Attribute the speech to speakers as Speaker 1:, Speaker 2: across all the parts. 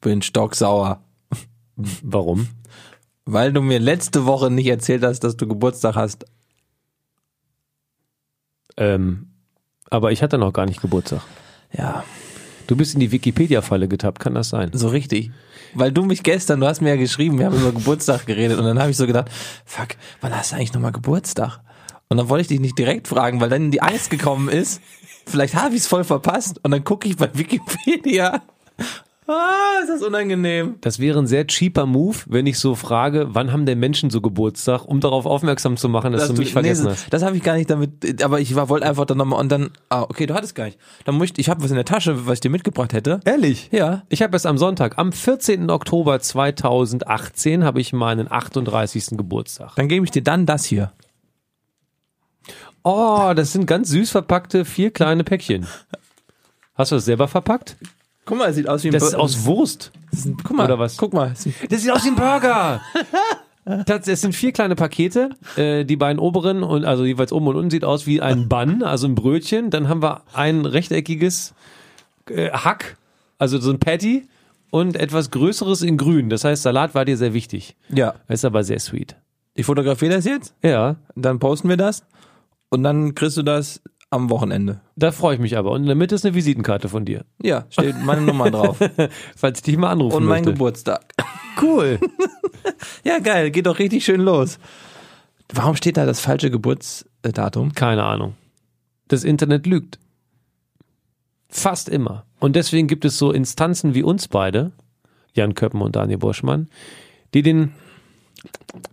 Speaker 1: bin stocksauer,
Speaker 2: Warum?
Speaker 1: weil du mir letzte Woche nicht erzählt hast, dass du Geburtstag hast.
Speaker 2: Ähm, aber ich hatte noch gar nicht Geburtstag.
Speaker 1: Ja,
Speaker 2: Du bist in die Wikipedia-Falle getappt, kann das sein?
Speaker 1: so richtig. Weil du mich gestern, du hast mir ja geschrieben, wir haben über Geburtstag geredet und dann habe ich so gedacht, fuck, wann hast du eigentlich nochmal Geburtstag? Und dann wollte ich dich nicht direkt fragen, weil dann die Angst gekommen ist, vielleicht habe ich es voll verpasst und dann gucke ich bei Wikipedia. Ah, ist das unangenehm.
Speaker 2: Das wäre ein sehr cheaper Move, wenn ich so frage, wann haben denn Menschen so Geburtstag, um darauf aufmerksam zu machen, dass, du mich vergessen
Speaker 1: nee,
Speaker 2: hast.
Speaker 1: Das habe ich gar nicht damit, aber ich war- wollte einfach dann nochmal und dann, ah, okay, du hattest gar nicht. Dann muss ich, ich habe was in der Tasche, was ich dir mitgebracht hätte.
Speaker 2: Ehrlich?
Speaker 1: Ja.
Speaker 2: Ich habe es am Sonntag, am 14. Oktober 2018, habe ich meinen 38. Geburtstag.
Speaker 1: Dann gebe ich dir dann das hier.
Speaker 2: Oh, das sind ganz süß verpackte vier kleine Päckchen. Hast du das selber verpackt?
Speaker 1: Guck mal, es sieht aus wie ein
Speaker 2: Das ist
Speaker 1: Bur-
Speaker 2: aus Wurst.
Speaker 1: das ist ein- guck mal,
Speaker 2: oder was?
Speaker 1: Guck mal, es sieht-
Speaker 2: Das sieht aus wie ein Burger. Das, es sind vier kleine Pakete. Äh, die beiden oberen und also jeweils oben und unten sieht aus wie ein Bun, also ein Brötchen. Dann haben wir ein rechteckiges äh, Hack, also so ein Patty und etwas Größeres in Grün. Das heißt, Salat war dir sehr wichtig.
Speaker 1: ja.
Speaker 2: Ist aber sehr sweet.
Speaker 1: Ich fotografiere das jetzt,
Speaker 2: Ja,
Speaker 1: dann posten wir das und dann kriegst du das am Wochenende.
Speaker 2: da freue ich mich aber. Und in der Mitte ist eine Visitenkarte von dir,
Speaker 1: Ja, steht meine Nummer drauf
Speaker 2: falls ich dich mal anrufen
Speaker 1: und mein
Speaker 2: möchte.
Speaker 1: Geburtstag.
Speaker 2: Cool.
Speaker 1: Ja, geil, geht doch richtig schön los. Warum steht da das falsche Geburtsdatum?
Speaker 2: Keine Ahnung. Das Internet lügt. Fast immer. Und deswegen gibt es so Instanzen wie uns beide, Jan Köppen und Daniel Burschmann, die den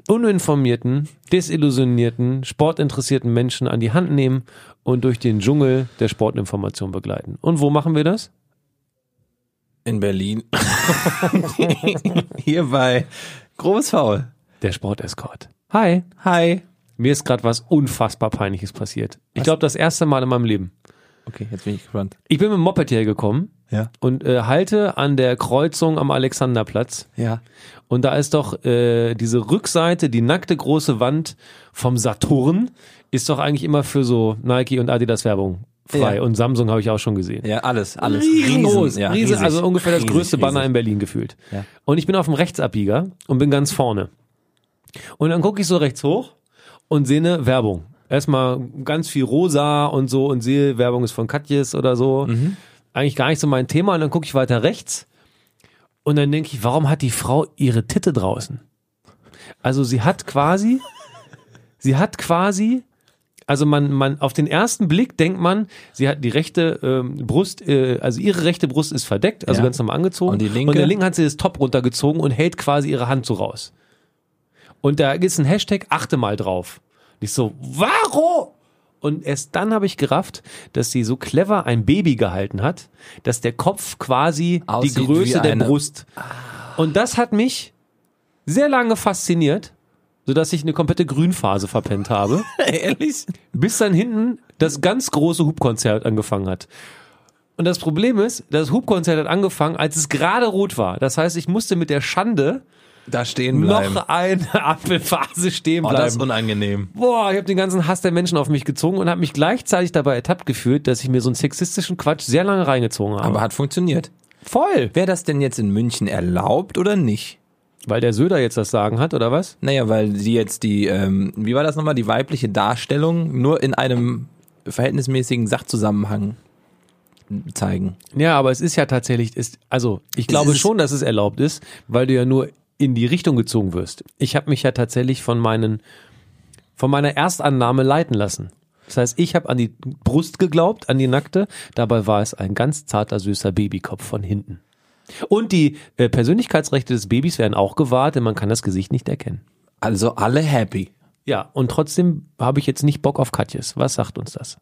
Speaker 2: uninformierten, desillusionierten, sportinteressierten Menschen an die Hand nehmen und durch den Dschungel der Sportinformation begleiten. Und wo machen wir das?
Speaker 1: In Berlin. Hier bei Groß Faul.
Speaker 2: Der Sportescort. Hi.
Speaker 1: Hi.
Speaker 2: Mir ist gerade was unfassbar Peinliches passiert. Ich glaube, das erste Mal in meinem Leben.
Speaker 1: Okay, jetzt bin ich gespannt.
Speaker 2: Ich bin mit dem Moped hergekommen
Speaker 1: Ja.
Speaker 2: und äh, halte an der Kreuzung am Alexanderplatz.
Speaker 1: Ja.
Speaker 2: Und da ist doch äh, diese Rückseite, die nackte große Wand vom Saturn, ist doch eigentlich immer für so Nike und Adidas Werbung frei.
Speaker 1: Ja.
Speaker 2: Und Samsung habe ich auch schon gesehen.
Speaker 1: Ja, alles, alles.
Speaker 2: Riesengroß,
Speaker 1: ja,
Speaker 2: riesig,
Speaker 1: riesig.
Speaker 2: also ungefähr das
Speaker 1: Riesig,
Speaker 2: größte Banner
Speaker 1: riesig.
Speaker 2: in Berlin gefühlt.
Speaker 1: Ja.
Speaker 2: Und ich bin auf dem Rechtsabbieger und bin ganz vorne. Und dann gucke ich so rechts hoch und sehe eine Werbung. Erstmal ganz viel rosa und so und sehe, Werbung ist von Katjes oder so.
Speaker 1: Mhm.
Speaker 2: Eigentlich gar nicht so mein Thema. Und dann gucke ich weiter rechts und dann denke ich, warum hat die Frau ihre Titte draußen? Also sie hat quasi, sie hat quasi also man, man, auf den ersten Blick denkt man, sie hat die rechte ähm, Brust, äh, also ihre rechte Brust ist verdeckt, also
Speaker 1: Ja.
Speaker 2: ganz normal angezogen.
Speaker 1: Und die linke?
Speaker 2: Und der linken hat sie das Top runtergezogen und hält quasi ihre Hand so raus. Und da ist ein Hashtag, achte mal drauf. Und ich so, warum? Und erst dann habe ich gerafft, dass sie so clever ein Baby gehalten hat, dass der Kopf quasi
Speaker 1: Aussieht
Speaker 2: die
Speaker 1: wie
Speaker 2: Größe der
Speaker 1: eine-
Speaker 2: Brust. Und das hat mich sehr lange fasziniert, sodass ich eine komplette Grünphase verpennt habe
Speaker 1: Ehrlich?
Speaker 2: bis dann hinten das ganz große Hubkonzert angefangen hat. Und das Problem ist, das Hubkonzert hat angefangen, als es gerade rot war. Das heißt, ich musste mit der Schande
Speaker 1: Da stehen bleiben.
Speaker 2: noch eine Apfelphase stehen
Speaker 1: oh, das ist
Speaker 2: bleiben.
Speaker 1: unangenehm.
Speaker 2: Boah, ich habe den ganzen Hass der Menschen auf mich gezogen und habe mich gleichzeitig dabei ertappt gefühlt, dass ich mir so einen sexistischen Quatsch sehr lange reingezogen habe.
Speaker 1: Aber hat funktioniert.
Speaker 2: voll.
Speaker 1: Wäre das denn jetzt in München erlaubt oder nicht?
Speaker 2: Weil der Söder jetzt das Sagen hat, oder was?
Speaker 1: Naja, weil sie jetzt die, ähm, wie war das nochmal, die weibliche Darstellung nur in einem verhältnismäßigen Sachzusammenhang zeigen.
Speaker 2: Ja, aber es ist ja tatsächlich, ist, also ich glaube
Speaker 1: ist-
Speaker 2: schon, dass es erlaubt ist, weil du ja nur in die Richtung gezogen wirst. Ich habe mich ja tatsächlich von meinen, von meiner Erstannahme leiten lassen. Das heißt, ich habe an die Brust geglaubt, an die nackte. Dabei war es ein ganz zarter, süßer Babykopf von hinten. Und die äh, Persönlichkeitsrechte des Babys werden auch gewahrt, denn man kann das Gesicht nicht erkennen.
Speaker 1: Also alle happy.
Speaker 2: Ja, und trotzdem habe ich jetzt nicht Bock auf Katjes. Was sagt uns das?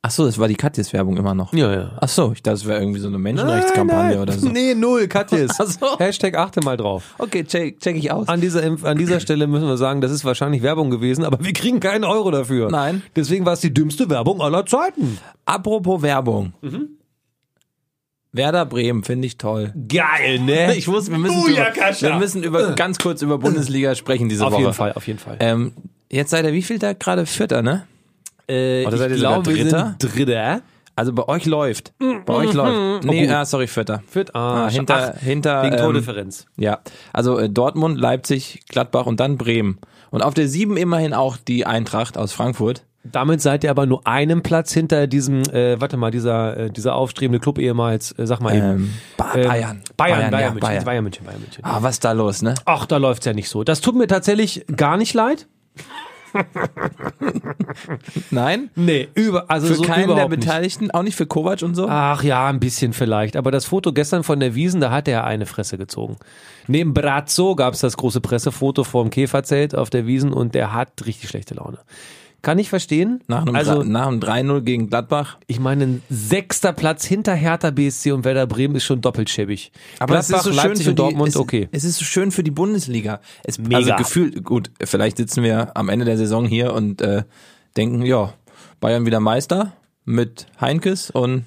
Speaker 1: Ach so, das war die Katjes Werbung immer noch.
Speaker 2: Ja, ja.
Speaker 1: Ach so, ich dachte, es wäre irgendwie so eine Menschenrechtskampagne oder so.
Speaker 2: Nee, null, Katjes.
Speaker 1: Ach so.
Speaker 2: Hashtag achte mal drauf.
Speaker 1: Okay, check, check ich aus.
Speaker 2: An dieser, Impf- an dieser Stelle müssen wir sagen, das ist wahrscheinlich Werbung gewesen, aber wir kriegen keinen Euro dafür.
Speaker 1: Nein.
Speaker 2: Deswegen war es die dümmste Werbung aller Zeiten.
Speaker 1: Apropos Werbung. Werder Bremen finde ich toll.
Speaker 2: Geil, ne?
Speaker 1: Ich muss, wir müssen,
Speaker 2: Buja,
Speaker 1: drüber,
Speaker 2: Kascha.
Speaker 1: wir müssen über, ganz kurz über Bundesliga sprechen diese
Speaker 2: auf
Speaker 1: Woche.
Speaker 2: jeden Fall, auf jeden Fall.
Speaker 1: Ähm, jetzt seid ihr wie viel da gerade Vierter, ne? Äh,
Speaker 2: Oder seid ihr sogar Dritter? Dritter?
Speaker 1: Also bei euch läuft. Bei euch läuft. Nee,
Speaker 2: Mhm. Oh, gut.
Speaker 1: ah, sorry, Vierter.
Speaker 2: Fit, ah,
Speaker 1: Ah, hinter,
Speaker 2: acht,
Speaker 1: hinter
Speaker 2: wegen
Speaker 1: ähm,
Speaker 2: Tordifferenz.
Speaker 1: Ja, also äh, Dortmund, Leipzig, Gladbach und dann Bremen. Und auf der 7 immerhin auch die Eintracht aus Frankfurt.
Speaker 2: Damit seid ihr aber nur einen Platz hinter diesem, äh, warte mal, dieser, äh, dieser aufstrebende Club ehemals, äh, sag mal eben.
Speaker 1: Ähm, Ba-
Speaker 2: Ähm,
Speaker 1: Bayern.
Speaker 2: Bayern, Bayern,
Speaker 1: ja,
Speaker 2: Bayern, München,
Speaker 1: Bayern.
Speaker 2: Bayern München, Bayern München.
Speaker 1: Ah, was ist da los, ne?
Speaker 2: Ach, da läuft's ja nicht so. Das tut mir tatsächlich gar nicht leid.
Speaker 1: Nein?
Speaker 2: Nee, über, also
Speaker 1: Für
Speaker 2: so
Speaker 1: keinen der
Speaker 2: überhaupt nicht. Ah,
Speaker 1: Beteiligten, auch nicht für Kovac und so?
Speaker 2: Ach ja, ein bisschen vielleicht. Aber das Foto gestern von der Wiesen, da hat er eine Fresse gezogen. Neben Brazzo gab's das große Pressefoto vom Käferzelt auf der Wiesen und der hat richtig schlechte Laune. Kann ich verstehen.
Speaker 1: Nach einem,
Speaker 2: also,
Speaker 1: Gra- nach einem 3-0 gegen Gladbach.
Speaker 2: ich meine, ein sechster Platz hinter Hertha BSC und Werder Bremen ist schon doppelt schäbig.
Speaker 1: Aber das ist so schön
Speaker 2: Leipzig
Speaker 1: für
Speaker 2: und
Speaker 1: die,
Speaker 2: Dortmund,
Speaker 1: es,
Speaker 2: okay.
Speaker 1: Es ist so schön für die Bundesliga. Es,
Speaker 2: Mega.
Speaker 1: Also gefühlt, gut, vielleicht sitzen wir am Ende der Saison hier und äh, denken, ja, Bayern wieder Meister mit Heinkes und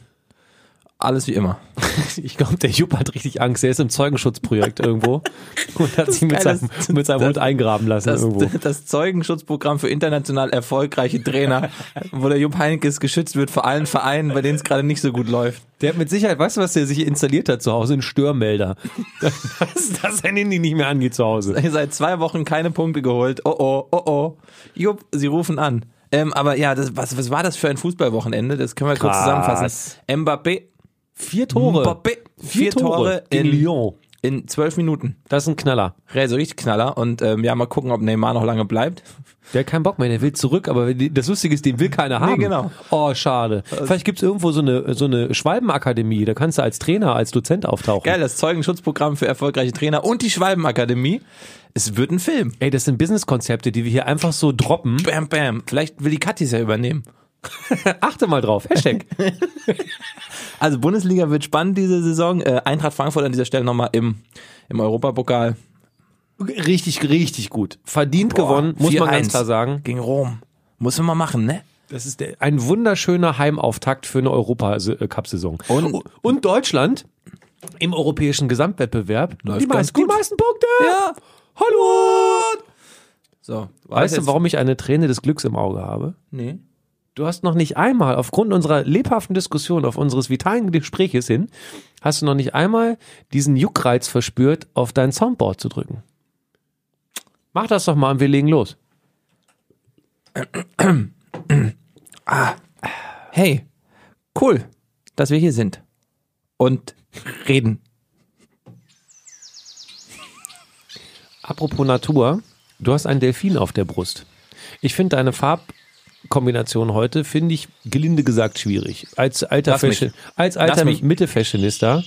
Speaker 1: alles wie immer.
Speaker 2: Ich glaube, der Jupp hat richtig Angst. Er ist im Zeugenschutzprojekt irgendwo und hat sich mit
Speaker 1: Geile-
Speaker 2: seinem, mit seinem Hund eingraben lassen
Speaker 1: Das,
Speaker 2: irgendwo.
Speaker 1: das Zeugenschutzprogramm für international erfolgreiche Trainer, wo der Jupp Heinkes geschützt wird vor allen Vereinen, bei denen es gerade nicht so gut läuft.
Speaker 2: Der hat mit Sicherheit, weißt du, was der sich installiert hat zu Hause? Ein Störmelder. Dass dass sein Handy nicht mehr angeht zu Hause.
Speaker 1: Seit zwei Wochen keine Punkte geholt. Oh oh, oh oh. Jupp, sie rufen an. Ähm, aber ja, das, was, was war das für ein Fußballwochenende? Das können wir kurz
Speaker 2: Krass.
Speaker 1: zusammenfassen. Mbappé,
Speaker 2: Vier Tore.
Speaker 1: Mbappé vier Tore
Speaker 2: in
Speaker 1: in,
Speaker 2: Lyon.
Speaker 1: in zwölf Minuten.
Speaker 2: Das ist ein Knaller.
Speaker 1: Ja, so richtig Knaller. Und ähm, ja, mal gucken, ob Neymar noch lange bleibt.
Speaker 2: Der hat keinen Bock mehr, der will zurück, aber die- das Lustige ist, den will keiner haben.
Speaker 1: genau.
Speaker 2: Oh, schade. Vielleicht gibt's irgendwo so eine, so eine Schwalbenakademie, da kannst du als Trainer, als Dozent auftauchen.
Speaker 1: Geil, das Zeugenschutzprogramm für erfolgreiche Trainer und die Schwalbenakademie. Es wird ein Film.
Speaker 2: Ey, das sind Businesskonzepte, die wir hier einfach so droppen.
Speaker 1: Bam, bam. Vielleicht will die Katis ja übernehmen.
Speaker 2: Achte mal drauf. Hashtag.
Speaker 1: Also Bundesliga wird spannend diese Saison. Äh, Eintracht Frankfurt an dieser Stelle nochmal im, im Europapokal
Speaker 2: richtig, richtig gut. Verdient
Speaker 1: Boah,
Speaker 2: gewonnen, muss man
Speaker 1: 4-1.
Speaker 2: ganz klar sagen.
Speaker 1: gegen Rom. Muss man mal machen, ne?
Speaker 2: Das ist der- ein wunderschöner Heimauftakt für eine Europacup-Saison.
Speaker 1: Und-
Speaker 2: und Deutschland im europäischen Gesamtwettbewerb
Speaker 1: Läuft
Speaker 2: die,
Speaker 1: ganz
Speaker 2: meisten, die
Speaker 1: gut.
Speaker 2: meisten Punkte.
Speaker 1: Ja.
Speaker 2: Hallo.
Speaker 1: So. war das
Speaker 2: Weißt du,
Speaker 1: jetzt-
Speaker 2: warum ich eine Träne des Glücks im Auge habe?
Speaker 1: Nee.
Speaker 2: Du hast noch nicht einmal, aufgrund unserer lebhaften Diskussion, auf unseres vitalen Gespräches hin, hast du noch nicht einmal diesen Juckreiz verspürt, auf dein Soundboard zu drücken. Mach das doch mal und wir legen los.
Speaker 1: Hey, cool, dass wir hier sind. Und reden.
Speaker 2: Apropos Natur, du hast einen Delfin auf der Brust. Ich finde deine Farbkombination heute, finde ich gelinde gesagt schwierig. Als alter,
Speaker 1: Lass mich.
Speaker 2: Fashion, als alter
Speaker 1: mich.
Speaker 2: Mitte-Fashionista.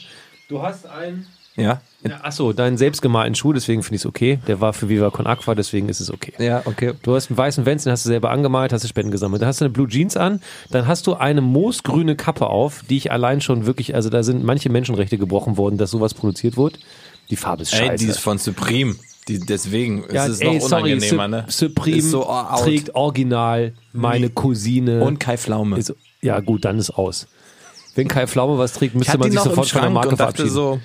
Speaker 2: Du hast einen.
Speaker 1: Ja?
Speaker 2: Ja, achso, deinen selbstgemalten Schuh, deswegen finde ich es okay. Der war für Viva Con Aqua, deswegen ist es okay.
Speaker 1: Ja, okay.
Speaker 2: Du hast einen weißen Vans, den hast du selber angemalt, hast du Spenden gesammelt. Dann hast du eine Blue Jeans an, dann hast du eine moosgrüne Kappe auf, die ich allein schon wirklich, also da sind manche Menschenrechte gebrochen worden, dass sowas produziert wird. Die Farbe ist scheiße.
Speaker 1: Ey, die ist von Supreme. Die, deswegen
Speaker 2: Ja,
Speaker 1: ist es
Speaker 2: ey,
Speaker 1: noch
Speaker 2: sorry,
Speaker 1: unangenehmer,
Speaker 2: Sup-
Speaker 1: ne?
Speaker 2: Supreme
Speaker 1: Ist so out. Äh,
Speaker 2: trägt original meine Cousine.
Speaker 1: Und Kai Pflaume.
Speaker 2: ist, ja gut, dann ist aus. Wenn Kai Pflaume was trägt, müsste
Speaker 1: hatte
Speaker 2: man sich sofort von der Marke
Speaker 1: und dachte
Speaker 2: verabschieden.
Speaker 1: so,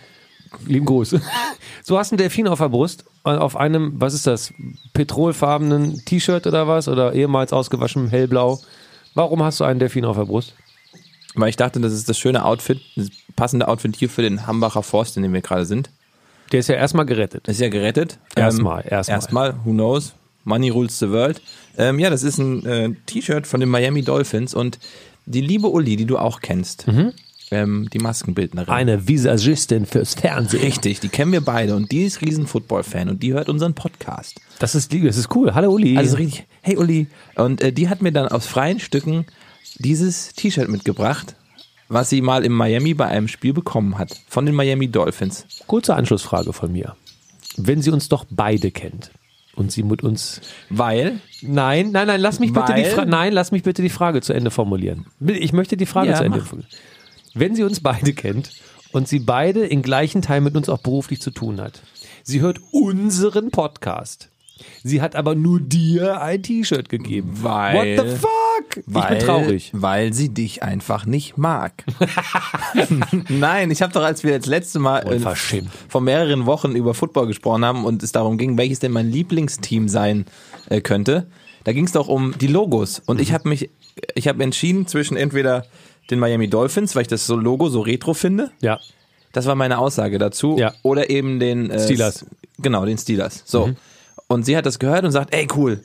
Speaker 2: Lieben Gruß. So hast du einen Delfin auf der Brust, Äh, auf einem, was ist das, petrolfarbenen T-Shirt oder was? Oder ehemals ausgewaschenem hellblau. Warum hast du einen Delfin auf der Brust?
Speaker 1: weil ich dachte, das ist das schöne Outfit, das passende Outfit hier für den Hambacher Forst, in dem wir gerade sind.
Speaker 2: Der ist ja erstmal gerettet.
Speaker 1: Ist ja gerettet. Ähm,
Speaker 2: Erstmal, erstmal.
Speaker 1: Erstmal, who knows? Money rules the world. Ähm, ja, das ist ein äh, T-Shirt von den Miami Dolphins und die liebe Uli, die du auch kennst,
Speaker 2: Mhm.
Speaker 1: ähm, die Maskenbildnerin.
Speaker 2: Eine Visagistin fürs Fernsehen.
Speaker 1: Richtig, die kennen wir beide und die ist riesen Football-Fan und die hört unseren Podcast.
Speaker 2: Das ist, das ist cool. Hallo Uli.
Speaker 1: Also richtig, hey Uli. Und äh, die hat mir dann aus freien Stücken dieses T-Shirt mitgebracht, was sie mal in Miami bei einem Spiel bekommen hat. Von den Miami Dolphins.
Speaker 2: Kurze Anschlussfrage von mir. Wenn sie uns doch beide kennt und sie mit uns.
Speaker 1: Weil
Speaker 2: Nein, nein, nein, lass mich bitte
Speaker 1: Weil?
Speaker 2: die Fra nein, lass mich bitte die Frage zu Ende formulieren. Ich möchte die Frage
Speaker 1: Ja,
Speaker 2: zu Ende
Speaker 1: mach.
Speaker 2: formulieren. Wenn sie uns beide kennt und sie beide in gleichen Teil mit uns auch beruflich zu tun hat. Sie hört unseren Podcast. Sie hat aber nur dir ein T-Shirt gegeben.
Speaker 1: Weil-
Speaker 2: What the fuck?
Speaker 1: weil,
Speaker 2: ich bin traurig.
Speaker 1: Weil sie dich einfach nicht mag. Nein, ich habe doch, als wir das letzte Mal äh,
Speaker 2: Unverschämt.
Speaker 1: vor mehreren Wochen über Football gesprochen haben und es darum ging, welches denn mein Lieblingsteam sein äh, Mhm. könnte, da ging es doch um die Logos. Und ich habe mich, ich habe entschieden zwischen entweder den Miami Dolphins, weil ich das so Logo so retro finde.
Speaker 2: Ja.
Speaker 1: Das war meine Aussage dazu.
Speaker 2: Ja.
Speaker 1: Oder eben den äh,
Speaker 2: Steelers. Mhm.
Speaker 1: Genau, den Steelers. So. Und sie hat das gehört und sagt, ey, cool.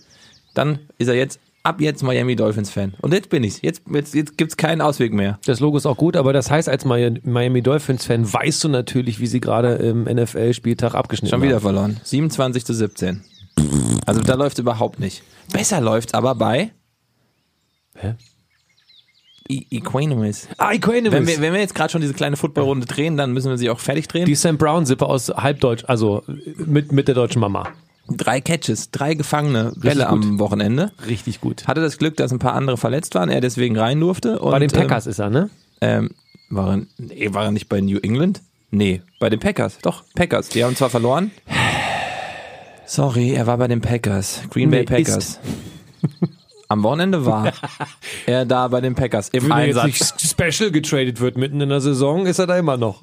Speaker 1: Dann ist er jetzt ab jetzt Miami Dolphins Fan. Und jetzt bin ich's. Jetzt, jetzt, jetzt gibt's keinen Ausweg mehr.
Speaker 2: Das Logo ist auch gut, aber das heißt, als Mi- Miami Dolphins-Fan weißt du natürlich, wie sie gerade im NFL-Spieltag abgeschnitten
Speaker 1: Schon
Speaker 2: haben.
Speaker 1: wieder verloren. 27 zu 17. Also da läuft überhaupt nicht. Besser läuft aber bei
Speaker 2: Hä?
Speaker 1: E- Equanimus.
Speaker 2: Ah, Equanimous.
Speaker 1: Wenn wir, wenn wir jetzt gerade schon diese kleine Footballrunde drehen, dann müssen wir sie auch fertig drehen.
Speaker 2: die Sam Brown-Sippe aus Halbdeutsch, also mit, mit der deutschen Mama.
Speaker 1: drei Catches, drei gefangene Bälle
Speaker 2: gut.
Speaker 1: am Wochenende.
Speaker 2: Richtig gut.
Speaker 1: Hatte das Glück, dass ein paar andere verletzt waren, er deswegen rein durfte. Und,
Speaker 2: Bei den Packers ist er, ne?
Speaker 1: Ähm, war, er, nee, war er nicht bei New England? Nee, bei den Packers. Doch, Packers. Die haben zwar verloren. Sorry, er war bei den Packers. Green Bay
Speaker 2: Nee,
Speaker 1: Packers. Am Wochenende war er da bei den Packers. Im
Speaker 2: Wenn er
Speaker 1: Einsatz.
Speaker 2: jetzt nicht special getradet wird mitten in der Saison, ist er da immer noch.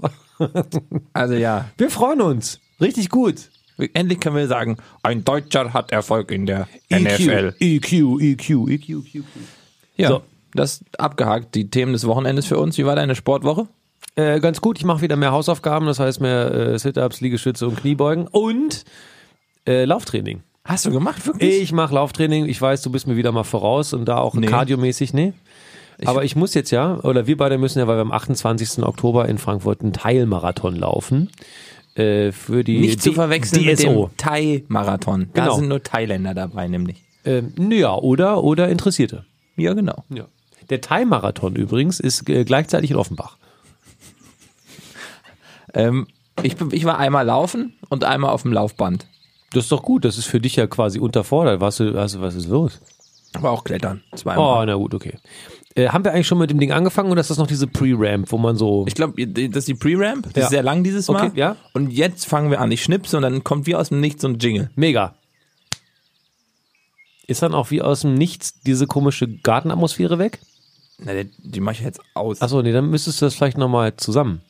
Speaker 1: Also ja,
Speaker 2: Wir freuen uns. Richtig gut.
Speaker 1: endlich können wir sagen, ein Deutscher hat Erfolg in der
Speaker 2: E
Speaker 1: NFL.
Speaker 2: EQ, EQ, EQ, EQ.
Speaker 1: Ja,
Speaker 2: So.
Speaker 1: das abgehakt, die Themen des Wochenendes für uns. Wie war deine Sportwoche?
Speaker 2: Äh, ganz gut, ich mache wieder mehr Hausaufgaben, das heißt mehr äh, Sit-Ups, Liegestütze und Kniebeugen und äh, Lauftraining.
Speaker 1: Hast du gemacht, wirklich?
Speaker 2: Ich mache Lauftraining, ich weiß, du bist mir wieder mal voraus und da auch
Speaker 1: Nee.
Speaker 2: kardiomäßig, nee. Aber ich muss jetzt ja, oder wir beide müssen ja, weil wir am 28. Oktober in Frankfurt einen Teilmarathon laufen. Äh, für die
Speaker 1: Nicht zu
Speaker 2: D-
Speaker 1: verwechseln mit
Speaker 2: DSO.
Speaker 1: dem Thai-Marathon. Da
Speaker 2: Genau.
Speaker 1: sind nur Thailänder dabei, nämlich.
Speaker 2: Ähm, ja, oder, oder Interessierte.
Speaker 1: Ja, genau.
Speaker 2: Ja. Der Thai-Marathon übrigens ist äh, gleichzeitig in Offenbach.
Speaker 1: Ähm, ich, bin- ich war einmal laufen und einmal auf dem Laufband.
Speaker 2: Das ist doch gut, das ist für dich ja quasi unterfordert. Was, was, was ist los?
Speaker 1: Aber auch klettern. Zweimal.
Speaker 2: Oh, na gut, okay. Äh, haben wir eigentlich schon mit dem Ding angefangen oder ist das noch diese Pre-Ramp, wo man so.
Speaker 1: Ich glaube, das ist die Pre-Ramp. Die
Speaker 2: Ja.
Speaker 1: ist sehr lang dieses Mal.
Speaker 2: Okay, ja.
Speaker 1: Und jetzt fangen wir an. Ich schnipse und dann kommt wie aus dem Nichts so ein Jingle.
Speaker 2: Mega. Ist dann auch wie aus dem Nichts diese komische Gartenatmosphäre weg?
Speaker 1: Na, die, die mache ich jetzt aus.
Speaker 2: Achso, nee, dann müsstest du das vielleicht nochmal zusammen.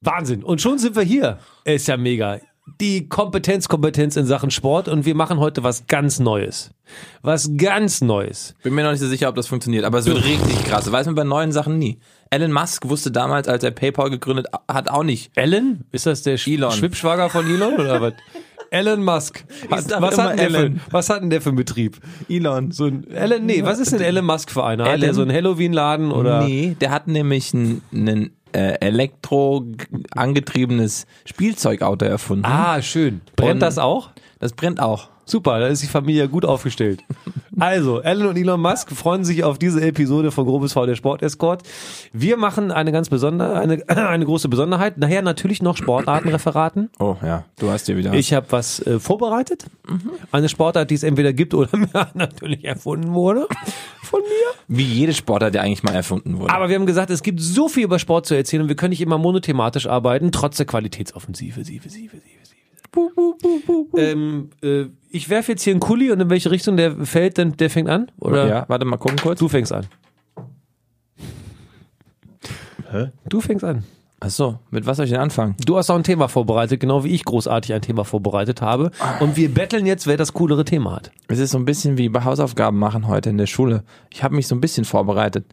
Speaker 2: Wahnsinn. Und schon sind wir hier. Ist ja mega. Die Kompetenz, Kompetenz in Sachen Sport. Und wir machen heute was ganz Neues. Was ganz Neues.
Speaker 1: Bin mir noch nicht so sicher, ob das funktioniert, aber es wird richtig krass. Das weiß man bei neuen Sachen nie. Elon Musk wusste damals, als er PayPal gegründet hat, auch nicht.
Speaker 2: Alan? Ist das der Sch
Speaker 1: Elon.
Speaker 2: Schwippschwager von Elon oder was? Elon Musk. Hat,
Speaker 1: sag
Speaker 2: was,
Speaker 1: immer
Speaker 2: hat denn der für,
Speaker 1: Alan.
Speaker 2: was hat denn der für einen Betrieb?
Speaker 1: Elon.
Speaker 2: So ein Elon, nee, was ist denn Elon Musk für einer? Hat
Speaker 1: Alan?
Speaker 2: der so einen Halloween-Laden oder?
Speaker 1: Nee, der hat nämlich ein, ein äh, elektro angetriebenes Spielzeugauto erfunden.
Speaker 2: Ah, schön. Brennt
Speaker 1: Und-
Speaker 2: das auch?
Speaker 1: Das brennt auch.
Speaker 2: Super, da ist die Familie ja gut aufgestellt. Also, Alan und Elon Musk freuen sich auf diese Episode von Grobes V, der Sport-Escort. Wir machen eine ganz besondere, eine, eine große Besonderheit. Nachher natürlich noch Sportartenreferaten.
Speaker 1: Oh ja, du hast dir wieder.
Speaker 2: Ich habe was äh, vorbereitet. Eine Sportart, die es entweder gibt oder mir natürlich erfunden wurde von mir.
Speaker 1: wie jede Sportart, der eigentlich mal erfunden wurde.
Speaker 2: Aber wir haben gesagt, es gibt so viel über Sport zu erzählen und wir können nicht immer monothematisch arbeiten, trotz der Qualitätsoffensive. Sieve, sieve, sieve, sieve. Ähm, äh, ich werfe jetzt hier einen Kuli und in welche Richtung der fällt, denn der fängt an? Oder
Speaker 1: ja, warte mal gucken kurz.
Speaker 2: du fängst an?
Speaker 1: Hä?
Speaker 2: Du fängst an.
Speaker 1: Achso, mit was soll ich denn anfangen?
Speaker 2: Du hast auch ein Thema vorbereitet, genau wie ich großartig ein Thema vorbereitet habe.
Speaker 1: Ah.
Speaker 2: Und wir betteln jetzt, wer das coolere Thema hat.
Speaker 1: Es ist so ein bisschen wie bei Hausaufgaben machen heute in der Schule. Ich habe mich so ein bisschen vorbereitet.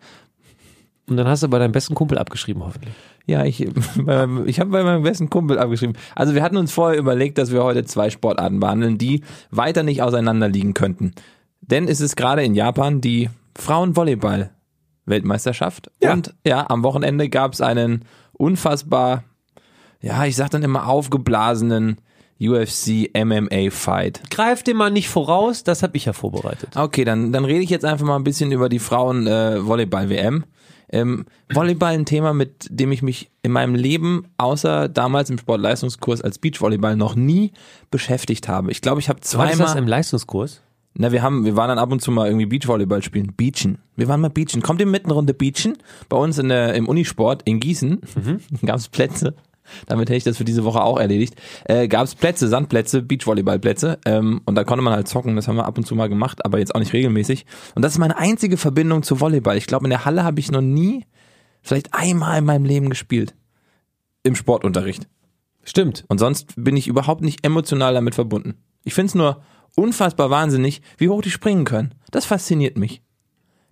Speaker 2: Und dann hast du bei deinem besten Kumpel abgeschrieben, hoffentlich.
Speaker 1: Ja, ich, bei meinem- ich habe bei meinem besten Kumpel abgeschrieben. Also wir hatten uns vorher überlegt, dass wir heute zwei Sportarten behandeln, die weiter nicht auseinander liegen könnten. Denn es ist gerade in Japan die Frauenvolleyball-Weltmeisterschaft.
Speaker 2: Ja.
Speaker 1: Und ja, am Wochenende gab es einen unfassbar, ja, ich sag dann immer aufgeblasenen UFC-MMA-Fight.
Speaker 2: Greif dem mal nicht voraus, das habe ich ja vorbereitet.
Speaker 1: Okay, dann, dann rede ich jetzt einfach mal ein bisschen über die äh, Frauen-Volleyball-WM. ähm, Volleyball ein Thema, mit dem ich mich in meinem Leben, außer damals im Sportleistungskurs als Beachvolleyball, noch nie beschäftigt habe. Ich glaube, ich habe
Speaker 2: War das das
Speaker 1: zweimal.
Speaker 2: im Leistungskurs?
Speaker 1: Na, Ne, wir haben, wir waren dann ab und zu mal irgendwie Beachvolleyball spielen. Beachen. Wir waren mal Beachen. Kommt ihr mitten Runde Beachen? Bei uns in der, im Unisport in Gießen gab's Plätze. Damit hätte ich das für diese Woche auch erledigt. Äh, Gab es Plätze, Sandplätze, Beachvolleyballplätze ähm, und da konnte man halt zocken. Das haben wir ab und zu mal gemacht, aber jetzt auch nicht regelmäßig. Und das ist meine einzige Verbindung zu Volleyball. Ich glaube, in der Halle habe ich noch nie, vielleicht einmal in meinem Leben gespielt. Im Sportunterricht.
Speaker 2: Stimmt.
Speaker 1: Und sonst bin ich überhaupt nicht emotional damit verbunden. Ich find's nur unfassbar wahnsinnig, wie hoch die springen können. Das fasziniert mich.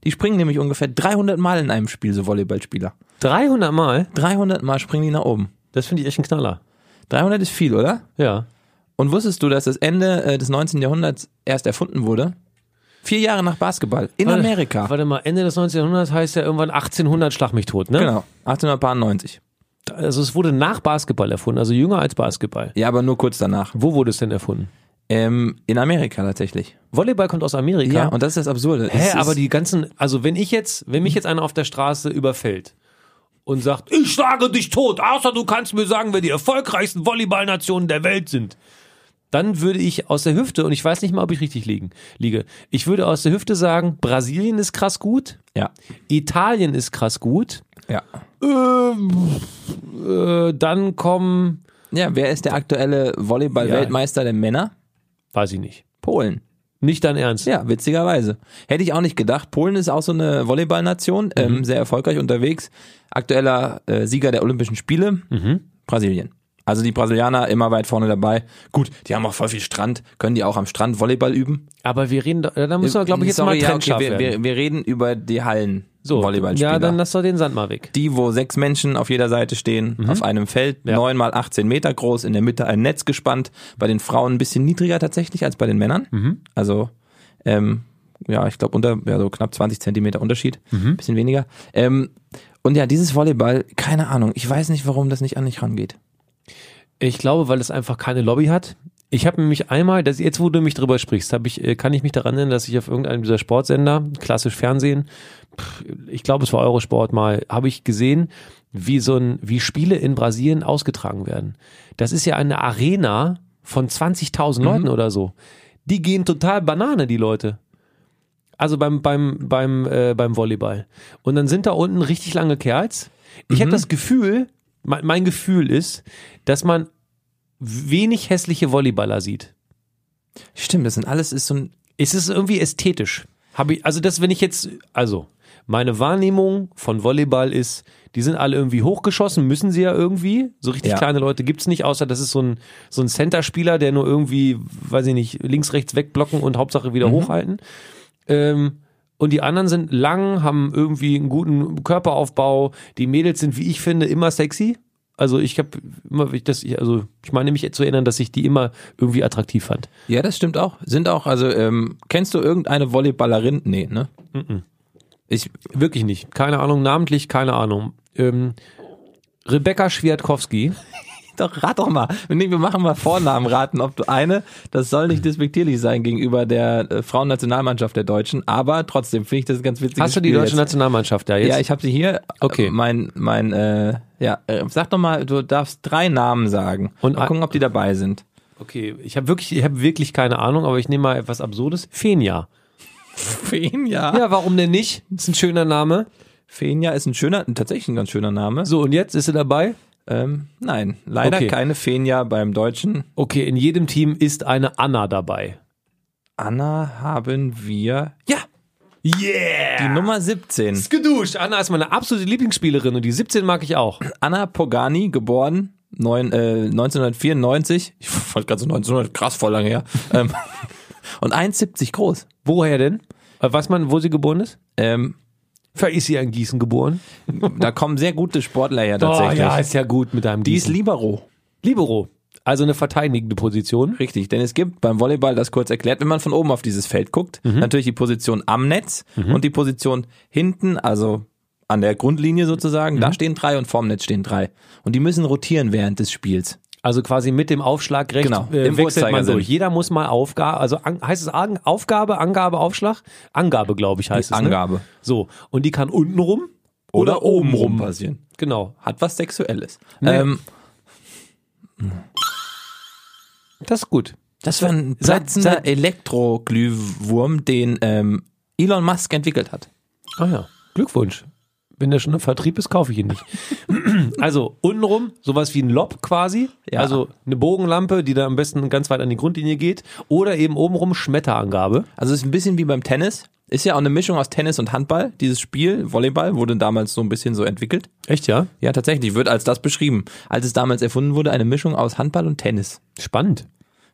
Speaker 1: Die springen nämlich ungefähr 300 Mal in einem Spiel, so Volleyballspieler.
Speaker 2: 300 Mal?
Speaker 1: 300 Mal springen die nach oben.
Speaker 2: Das finde ich echt ein Knaller.
Speaker 1: 300 ist viel, oder?
Speaker 2: Ja.
Speaker 1: Und wusstest du, dass das Ende äh, des 19. Jahrhunderts erst erfunden wurde? Vier Jahre nach Basketball. In
Speaker 2: Warte-
Speaker 1: Amerika.
Speaker 2: Warte mal, Ende des 19. Jahrhunderts heißt ja irgendwann 1800 Schlag mich tot, ne?
Speaker 1: Genau. 1890.
Speaker 2: Also es wurde nach Basketball erfunden, also jünger als Basketball.
Speaker 1: Ja, aber nur kurz danach.
Speaker 2: Wo wurde es denn erfunden?
Speaker 1: Ähm, in Amerika tatsächlich.
Speaker 2: Volleyball kommt aus Amerika.
Speaker 1: Ja, und das ist das Absurde.
Speaker 2: Hä,
Speaker 1: es
Speaker 2: aber
Speaker 1: ist,
Speaker 2: die ganzen, also wenn ich jetzt, wenn mich jetzt einer auf der Straße überfällt und sagt, ich schlage dich tot, außer du kannst mir sagen, wer die erfolgreichsten Volleyballnationen der Welt sind, dann würde ich aus der Hüfte, und ich weiß nicht mal, ob ich richtig liegen, liege, ich würde aus der Hüfte sagen, Brasilien ist krass gut,
Speaker 1: Ja.
Speaker 2: Italien ist krass gut,
Speaker 1: Ja.
Speaker 2: ähm, äh, dann kommen,
Speaker 1: Ja, wer ist der aktuelle Volleyball-Weltmeister der Männer?
Speaker 2: weiß ich nicht,
Speaker 1: Polen.
Speaker 2: nicht dein Ernst.
Speaker 1: Ja, witzigerweise. Hätte ich auch nicht gedacht. Polen ist auch so eine Volleyballnation,
Speaker 2: Mhm.
Speaker 1: ähm, sehr erfolgreich unterwegs. Aktueller äh, Sieger der Olympischen Spiele,
Speaker 2: Mhm.
Speaker 1: Brasilien. Also die Brasilianer immer weit vorne dabei. Gut, die haben auch voll viel Strand. Können die auch am Strand Volleyball üben?
Speaker 2: Aber wir reden, da- da müssen wir, glaube ich, jetzt
Speaker 1: Äh, Sorry,
Speaker 2: mal Trend
Speaker 1: ja,
Speaker 2: scharf
Speaker 1: okay, wir,
Speaker 2: werden.
Speaker 1: wir, wir reden über die Hallen
Speaker 2: so,
Speaker 1: Volleyballspieler.
Speaker 2: ja, dann lass doch den Sand mal weg.
Speaker 1: die, wo sechs Menschen auf jeder Seite stehen, auf einem Feld,
Speaker 2: Ja.
Speaker 1: neun mal 18 Meter groß, in der Mitte ein Netz gespannt. Bei den Frauen ein bisschen niedriger tatsächlich als bei den Männern. Also, ähm, ja, ich glaube, unter, ja, so knapp 20 Zentimeter Unterschied. Bisschen weniger. Ähm, und ja, dieses Volleyball, keine Ahnung. Ich weiß nicht, warum das nicht an mich rangeht.
Speaker 2: Ich glaube, weil es einfach keine Lobby hat. Ich habe nämlich einmal, das, jetzt wo du mich drüber sprichst, hab ich, äh, kann ich mich daran erinnern, dass ich auf irgendeinem dieser Sportsender, klassisch Fernsehen, pff, ich glaube es war Eurosport mal, habe ich gesehen, wie so ein, wie Spiele in Brasilien ausgetragen werden. Das ist ja eine Arena von 20.000 Leuten oder so. Die gehen total Banane, die Leute. Also beim, beim, beim, äh, beim Volleyball. Und dann sind da unten richtig lange Kerls. Ich habe das Gefühl, mein, mein Gefühl ist, dass man wenig hässliche Volleyballer sieht.
Speaker 1: Stimmt, das sind alles ist so ein.
Speaker 2: Es ist irgendwie ästhetisch. Habe ich, also das, wenn ich jetzt, also meine Wahrnehmung von Volleyball ist, die sind alle irgendwie hochgeschossen, müssen sie ja irgendwie. So richtig
Speaker 1: Ja.
Speaker 2: kleine Leute gibt's nicht, außer das ist so ein, so ein Center-Spieler, der nur irgendwie, weiß ich nicht, links, rechts wegblocken und Hauptsache wieder hochhalten. Ähm, und die anderen sind lang, haben irgendwie einen guten Körperaufbau. Die Mädels sind, wie ich finde, immer sexy. Also ich habe immer, ich das, ich- also ich meine mich zu erinnern, dass ich die immer irgendwie attraktiv fand.
Speaker 1: Ja, das stimmt auch. Sind auch, also, ähm, kennst du irgendeine Volleyballerin? Nee, ne? Ich,
Speaker 2: Wirklich nicht. Keine Ahnung, namentlich, keine Ahnung. Ähm, Rebecca Schwiatkowski.
Speaker 1: Doch, rat doch mal. Nee, wir machen mal Vornamen raten, ob du eine, das soll nicht despektierlich sein gegenüber der äh, Frauennationalmannschaft der Deutschen, aber trotzdem finde ich das ein ganz witzig.
Speaker 2: Hast du die
Speaker 1: Spiel
Speaker 2: deutsche
Speaker 1: jetzt.
Speaker 2: Nationalmannschaft da jetzt?
Speaker 1: Ja, ich habe sie hier.
Speaker 2: Okay.
Speaker 1: Äh, Mein, mein, äh, ja, äh, sag doch mal, du darfst drei Namen sagen.
Speaker 2: Und
Speaker 1: mal
Speaker 2: ein-
Speaker 1: gucken, ob die dabei sind.
Speaker 2: okay, ich habe wirklich, ich habe wirklich keine Ahnung, aber ich nehme mal etwas Absurdes. Fenja.
Speaker 1: Fenja. Ja.
Speaker 2: Ja, warum denn nicht? Ist ein schöner Name.
Speaker 1: Fenja ist ein schöner, tatsächlich ein ganz schöner Name.
Speaker 2: So, und jetzt ist sie dabei?
Speaker 1: Ähm, nein, leider
Speaker 2: Okay.
Speaker 1: keine Fenja beim Deutschen.
Speaker 2: Okay, in jedem Team ist eine Anna dabei.
Speaker 1: Anna haben wir. Ja,
Speaker 2: Yeah!
Speaker 1: die Nummer 17.
Speaker 2: Geduscht. Anna ist meine absolute Lieblingsspielerin und die 17 mag ich auch.
Speaker 1: Anna Pogani, geboren neun, äh, 1994. Ich wollte gerade so 1900, krass, voll lange her. Ähm, und 1,70 groß.
Speaker 2: Woher denn? Äh, Weiß man, wo sie geboren ist?
Speaker 1: Ähm,
Speaker 2: Vielleicht ist sie ja in Gießen geboren.
Speaker 1: da kommen sehr gute Sportler her tatsächlich.
Speaker 2: ist ja gut mit deinem
Speaker 1: Die ist Libero.
Speaker 2: Libero. Also eine verteidigende Position.
Speaker 1: Richtig, denn es gibt beim Volleyball, das kurz erklärt, wenn man von oben auf dieses Feld guckt,
Speaker 2: Mhm.
Speaker 1: natürlich die Position am Netz und die Position hinten, also an der Grundlinie sozusagen,
Speaker 2: Mhm.
Speaker 1: da stehen drei und vorm Netz stehen drei. Und die müssen rotieren während des Spiels.
Speaker 2: Also quasi mit dem Aufschlag rechts
Speaker 1: Genau,
Speaker 2: äh,
Speaker 1: im
Speaker 2: wechselt man
Speaker 1: Uhrzeigersinn.
Speaker 2: durch. Jeder muss mal Aufgabe, also an, heißt es An- Aufgabe, Angabe, Aufschlag? Angabe, glaube ich, heißt es.
Speaker 1: Angabe.
Speaker 2: Ne? So. Und die kann unten rum
Speaker 1: Oder, oben
Speaker 2: obenrum.
Speaker 1: rum passieren.
Speaker 2: Genau.
Speaker 1: Hat was Sexuelles.
Speaker 2: Nee.
Speaker 1: Ähm,
Speaker 2: Das ist gut.
Speaker 1: Das war ein
Speaker 2: Seit-
Speaker 1: platzender
Speaker 2: seit-
Speaker 1: Elektroglühwurm, den ähm, Elon Musk entwickelt hat.
Speaker 2: Ah ja. Glückwunsch. Wenn der schon im Vertrieb ist, kaufe ich ihn nicht. also untenrum, sowas wie ein Lob quasi.
Speaker 1: Ja.
Speaker 2: Also eine Bogenlampe, die da am besten ganz weit an die Grundlinie geht. Oder eben obenrum Schmetterangabe.
Speaker 1: Also es ist ein bisschen wie beim Tennis. Ist ja auch eine Mischung aus Tennis und Handball. Dieses Spiel, Volleyball, wurde damals so ein bisschen so entwickelt.
Speaker 2: Echt, ja?
Speaker 1: Ja, tatsächlich, wird als das beschrieben. Als es damals erfunden wurde, eine Mischung aus Handball und Tennis.
Speaker 2: Spannend.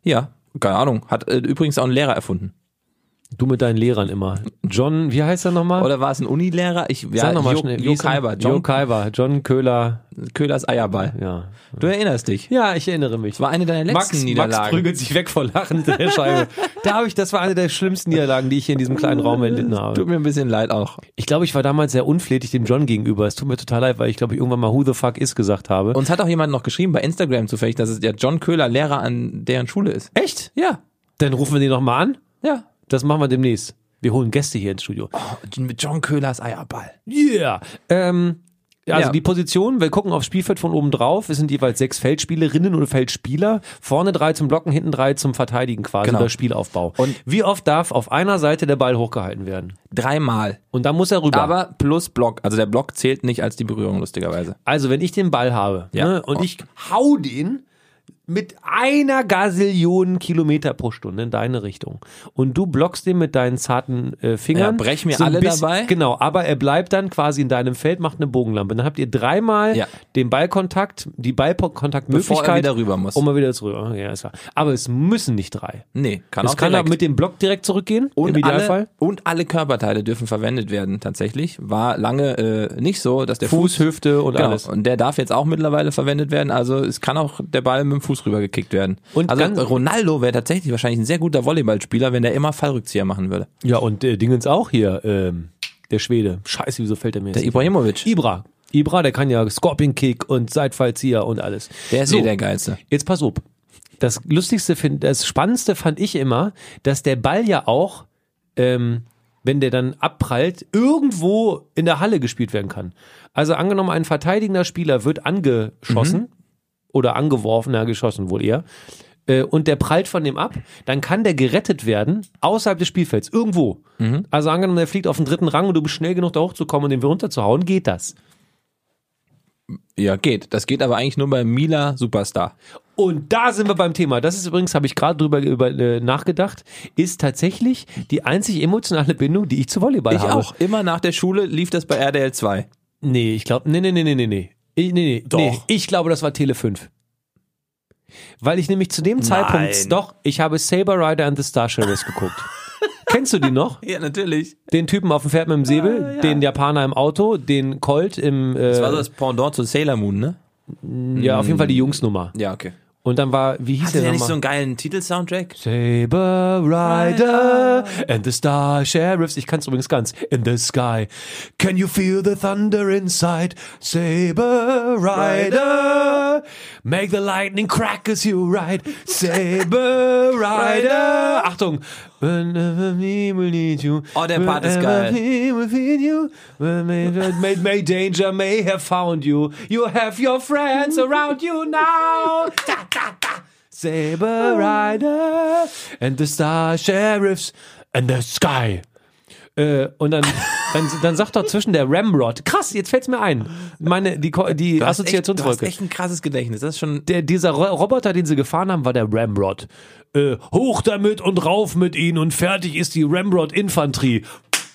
Speaker 1: Ja, keine Ahnung. Hat äh, übrigens auch ein Lehrer erfunden.
Speaker 2: Du mit deinen Lehrern immer. John, wie heißt er nochmal?
Speaker 1: Oder war es ein Unilehrer? Ich, ja,
Speaker 2: Ah. Sag nochmal
Speaker 1: Jo-
Speaker 2: schnell. wie
Speaker 1: Jo
Speaker 2: hieß er?
Speaker 1: Kaiber,
Speaker 2: Äh, Jo
Speaker 1: John
Speaker 2: Kaiber. John Köhler.
Speaker 1: Köhlers Eierball.
Speaker 2: Ja.
Speaker 1: Du erinnerst dich.
Speaker 2: Ja, ich erinnere mich.
Speaker 1: War eine deiner letzten
Speaker 2: Max, Max
Speaker 1: Niederlagen.
Speaker 2: prügelt sich weg vor Lachen hinter der Scheibe. da habe ich, das war eine der schlimmsten Niederlagen, die ich hier in diesem kleinen Raum erlitten habe.
Speaker 1: Tut mir ein bisschen leid auch.
Speaker 2: Ich glaube, ich war damals sehr unflätig dem John gegenüber. Es tut mir total leid, weil ich glaube, ich irgendwann mal Who the fuck is gesagt habe.
Speaker 1: Uns hat auch jemand noch geschrieben bei Instagram zufällig, dass es der John Köhler Lehrer an deren Schule ist.
Speaker 2: echt?
Speaker 1: Ja,
Speaker 2: Dann rufen wir den nochmal an.
Speaker 1: ja.
Speaker 2: Das machen wir demnächst. Wir holen Gäste hier ins Studio.
Speaker 1: Mit John Köhlers Eierball.
Speaker 2: Yeah. Ähm, also
Speaker 1: Ja.
Speaker 2: die Position, wir gucken aufs Spielfeld von oben drauf. Es sind jeweils sechs Feldspielerinnen oder Feldspieler. Vorne drei zum Blocken, hinten drei zum Verteidigen quasi
Speaker 1: Genau.
Speaker 2: oder Spielaufbau.
Speaker 1: Und-
Speaker 2: wie oft darf auf einer Seite der Ball hochgehalten werden?
Speaker 1: Dreimal.
Speaker 2: Und dann muss er rüber.
Speaker 1: Aber plus Block. Also der Block zählt nicht als die Berührung, lustigerweise.
Speaker 2: Also, wenn ich den Ball habe
Speaker 1: Ja.
Speaker 2: ne, und ich hau den mit einer Gazillion Kilometer pro Stunde in deine Richtung und du blockst den mit deinen zarten äh, Fingern.
Speaker 1: Ja, brech mir
Speaker 2: ein
Speaker 1: alle dabei.
Speaker 2: Genau, aber er bleibt dann quasi in deinem Feld, macht eine Bogenlampe. Dann habt ihr dreimal
Speaker 1: Ja.
Speaker 2: den Ballkontakt, die Ballkontaktmöglichkeit.
Speaker 1: Bevor er wieder rüber muss.
Speaker 2: Um mal wieder zurück. Ja, ist klar. Aber es müssen nicht drei.
Speaker 1: Nee, kann
Speaker 2: Es
Speaker 1: auch
Speaker 2: kann
Speaker 1: direkt.
Speaker 2: auch mit dem Block direkt zurückgehen, im
Speaker 1: und
Speaker 2: Idealfall.
Speaker 1: alle, und alle Körperteile dürfen verwendet werden, tatsächlich. War lange äh, nicht so, dass der Fuß,
Speaker 2: Fuß, Hüfte und
Speaker 1: Genau.
Speaker 2: alles.
Speaker 1: Und der darf jetzt auch mittlerweile verwendet werden. Also es kann auch der Ball mit dem Fuß rübergekickt werden.
Speaker 2: Und
Speaker 1: also
Speaker 2: ganz-
Speaker 1: Ronaldo wäre tatsächlich wahrscheinlich ein sehr guter Volleyballspieler, wenn der immer Fallrückzieher machen würde.
Speaker 2: Ja, und äh, Dingens auch hier, ähm, der Schwede. Scheiße, wieso fällt er mir jetzt
Speaker 1: Der Ibrahimovic,
Speaker 2: Ibra. Ibra, der kann ja Scorpion Kick und Seitfallzieher und alles.
Speaker 1: der ist
Speaker 2: so,
Speaker 1: eh der geilste.
Speaker 2: Jetzt pass auf. Das Lustigste, find, das Spannendste fand ich immer, dass der Ball ja auch, ähm, wenn der dann abprallt, irgendwo in der Halle gespielt werden kann. Also angenommen, ein verteidigender Spieler wird angeschossen oder angeworfen, ja, geschossen wohl eher, äh, und der prallt von dem ab, dann kann der gerettet werden außerhalb des Spielfelds, irgendwo. Also angenommen, der fliegt auf den dritten Rang und du bist schnell genug da hochzukommen und den wieder runterzuhauen, geht das.
Speaker 1: Ja, geht. Das geht aber eigentlich nur bei Mila Superstar.
Speaker 2: Und da sind wir beim Thema. Das ist übrigens, habe ich gerade drüber über, äh, nachgedacht, ist tatsächlich die einzig emotionale Bindung, die ich zu Volleyball
Speaker 1: Ich
Speaker 2: habe.
Speaker 1: auch. Immer nach der Schule lief das bei RDL 2.
Speaker 2: Nee, ich glaube, nee, nee, nee, nee, nee, nee. Ich, nee, nee,
Speaker 1: Doch.
Speaker 2: nee. Ich glaube, das war Tele 5. Weil ich nämlich zu dem Zeitpunkt, doch, ich habe Saber Rider and the Star Sheriffs geguckt. Kennst du die noch?
Speaker 1: Ja, natürlich.
Speaker 2: Den Typen auf dem Pferd mit dem Säbel,
Speaker 1: Ah, ja.
Speaker 2: den Japaner im Auto, den Colt im, äh,
Speaker 1: Das war so das Pendant zu Sailor Moon, ne?
Speaker 2: ja, auf jeden Fall die Jungsnummer.
Speaker 1: Ja, okay.
Speaker 2: Und dann war, wie hieß
Speaker 1: Hatte
Speaker 2: der
Speaker 1: der
Speaker 2: nochmal?
Speaker 1: nicht so einen geilen Titelsoundtrack?
Speaker 2: Saber Rider and the Star Sheriffs. Ich kann es übrigens ganz. In the sky. Can you feel the thunder inside? Saber Rider. Make the lightning crack as you ride. Saber Rider. Achtung. Whenever we will need you.
Speaker 1: Oh, der Part ist
Speaker 2: whenever
Speaker 1: geil.
Speaker 2: we will feel you. when may, may, may danger may have found you. You have your friends around you now. Da, da, da. Saber Rider and the Star Sheriffs and the Sky. Äh, und dann, dann, dann sagt doch zwischen der Ramrod, krass, jetzt fällt's mir ein, meine, die, Ko- die
Speaker 1: Du hast echt- Du hast
Speaker 2: Assoziationswolke.
Speaker 1: echt ein krasses Gedächtnis. Das ist schon
Speaker 2: Der, dieser Ro Roboter, den sie gefahren haben, war der Ramrod. Äh, hoch damit und rauf mit ihnen und fertig ist die Ramrod-Infanterie.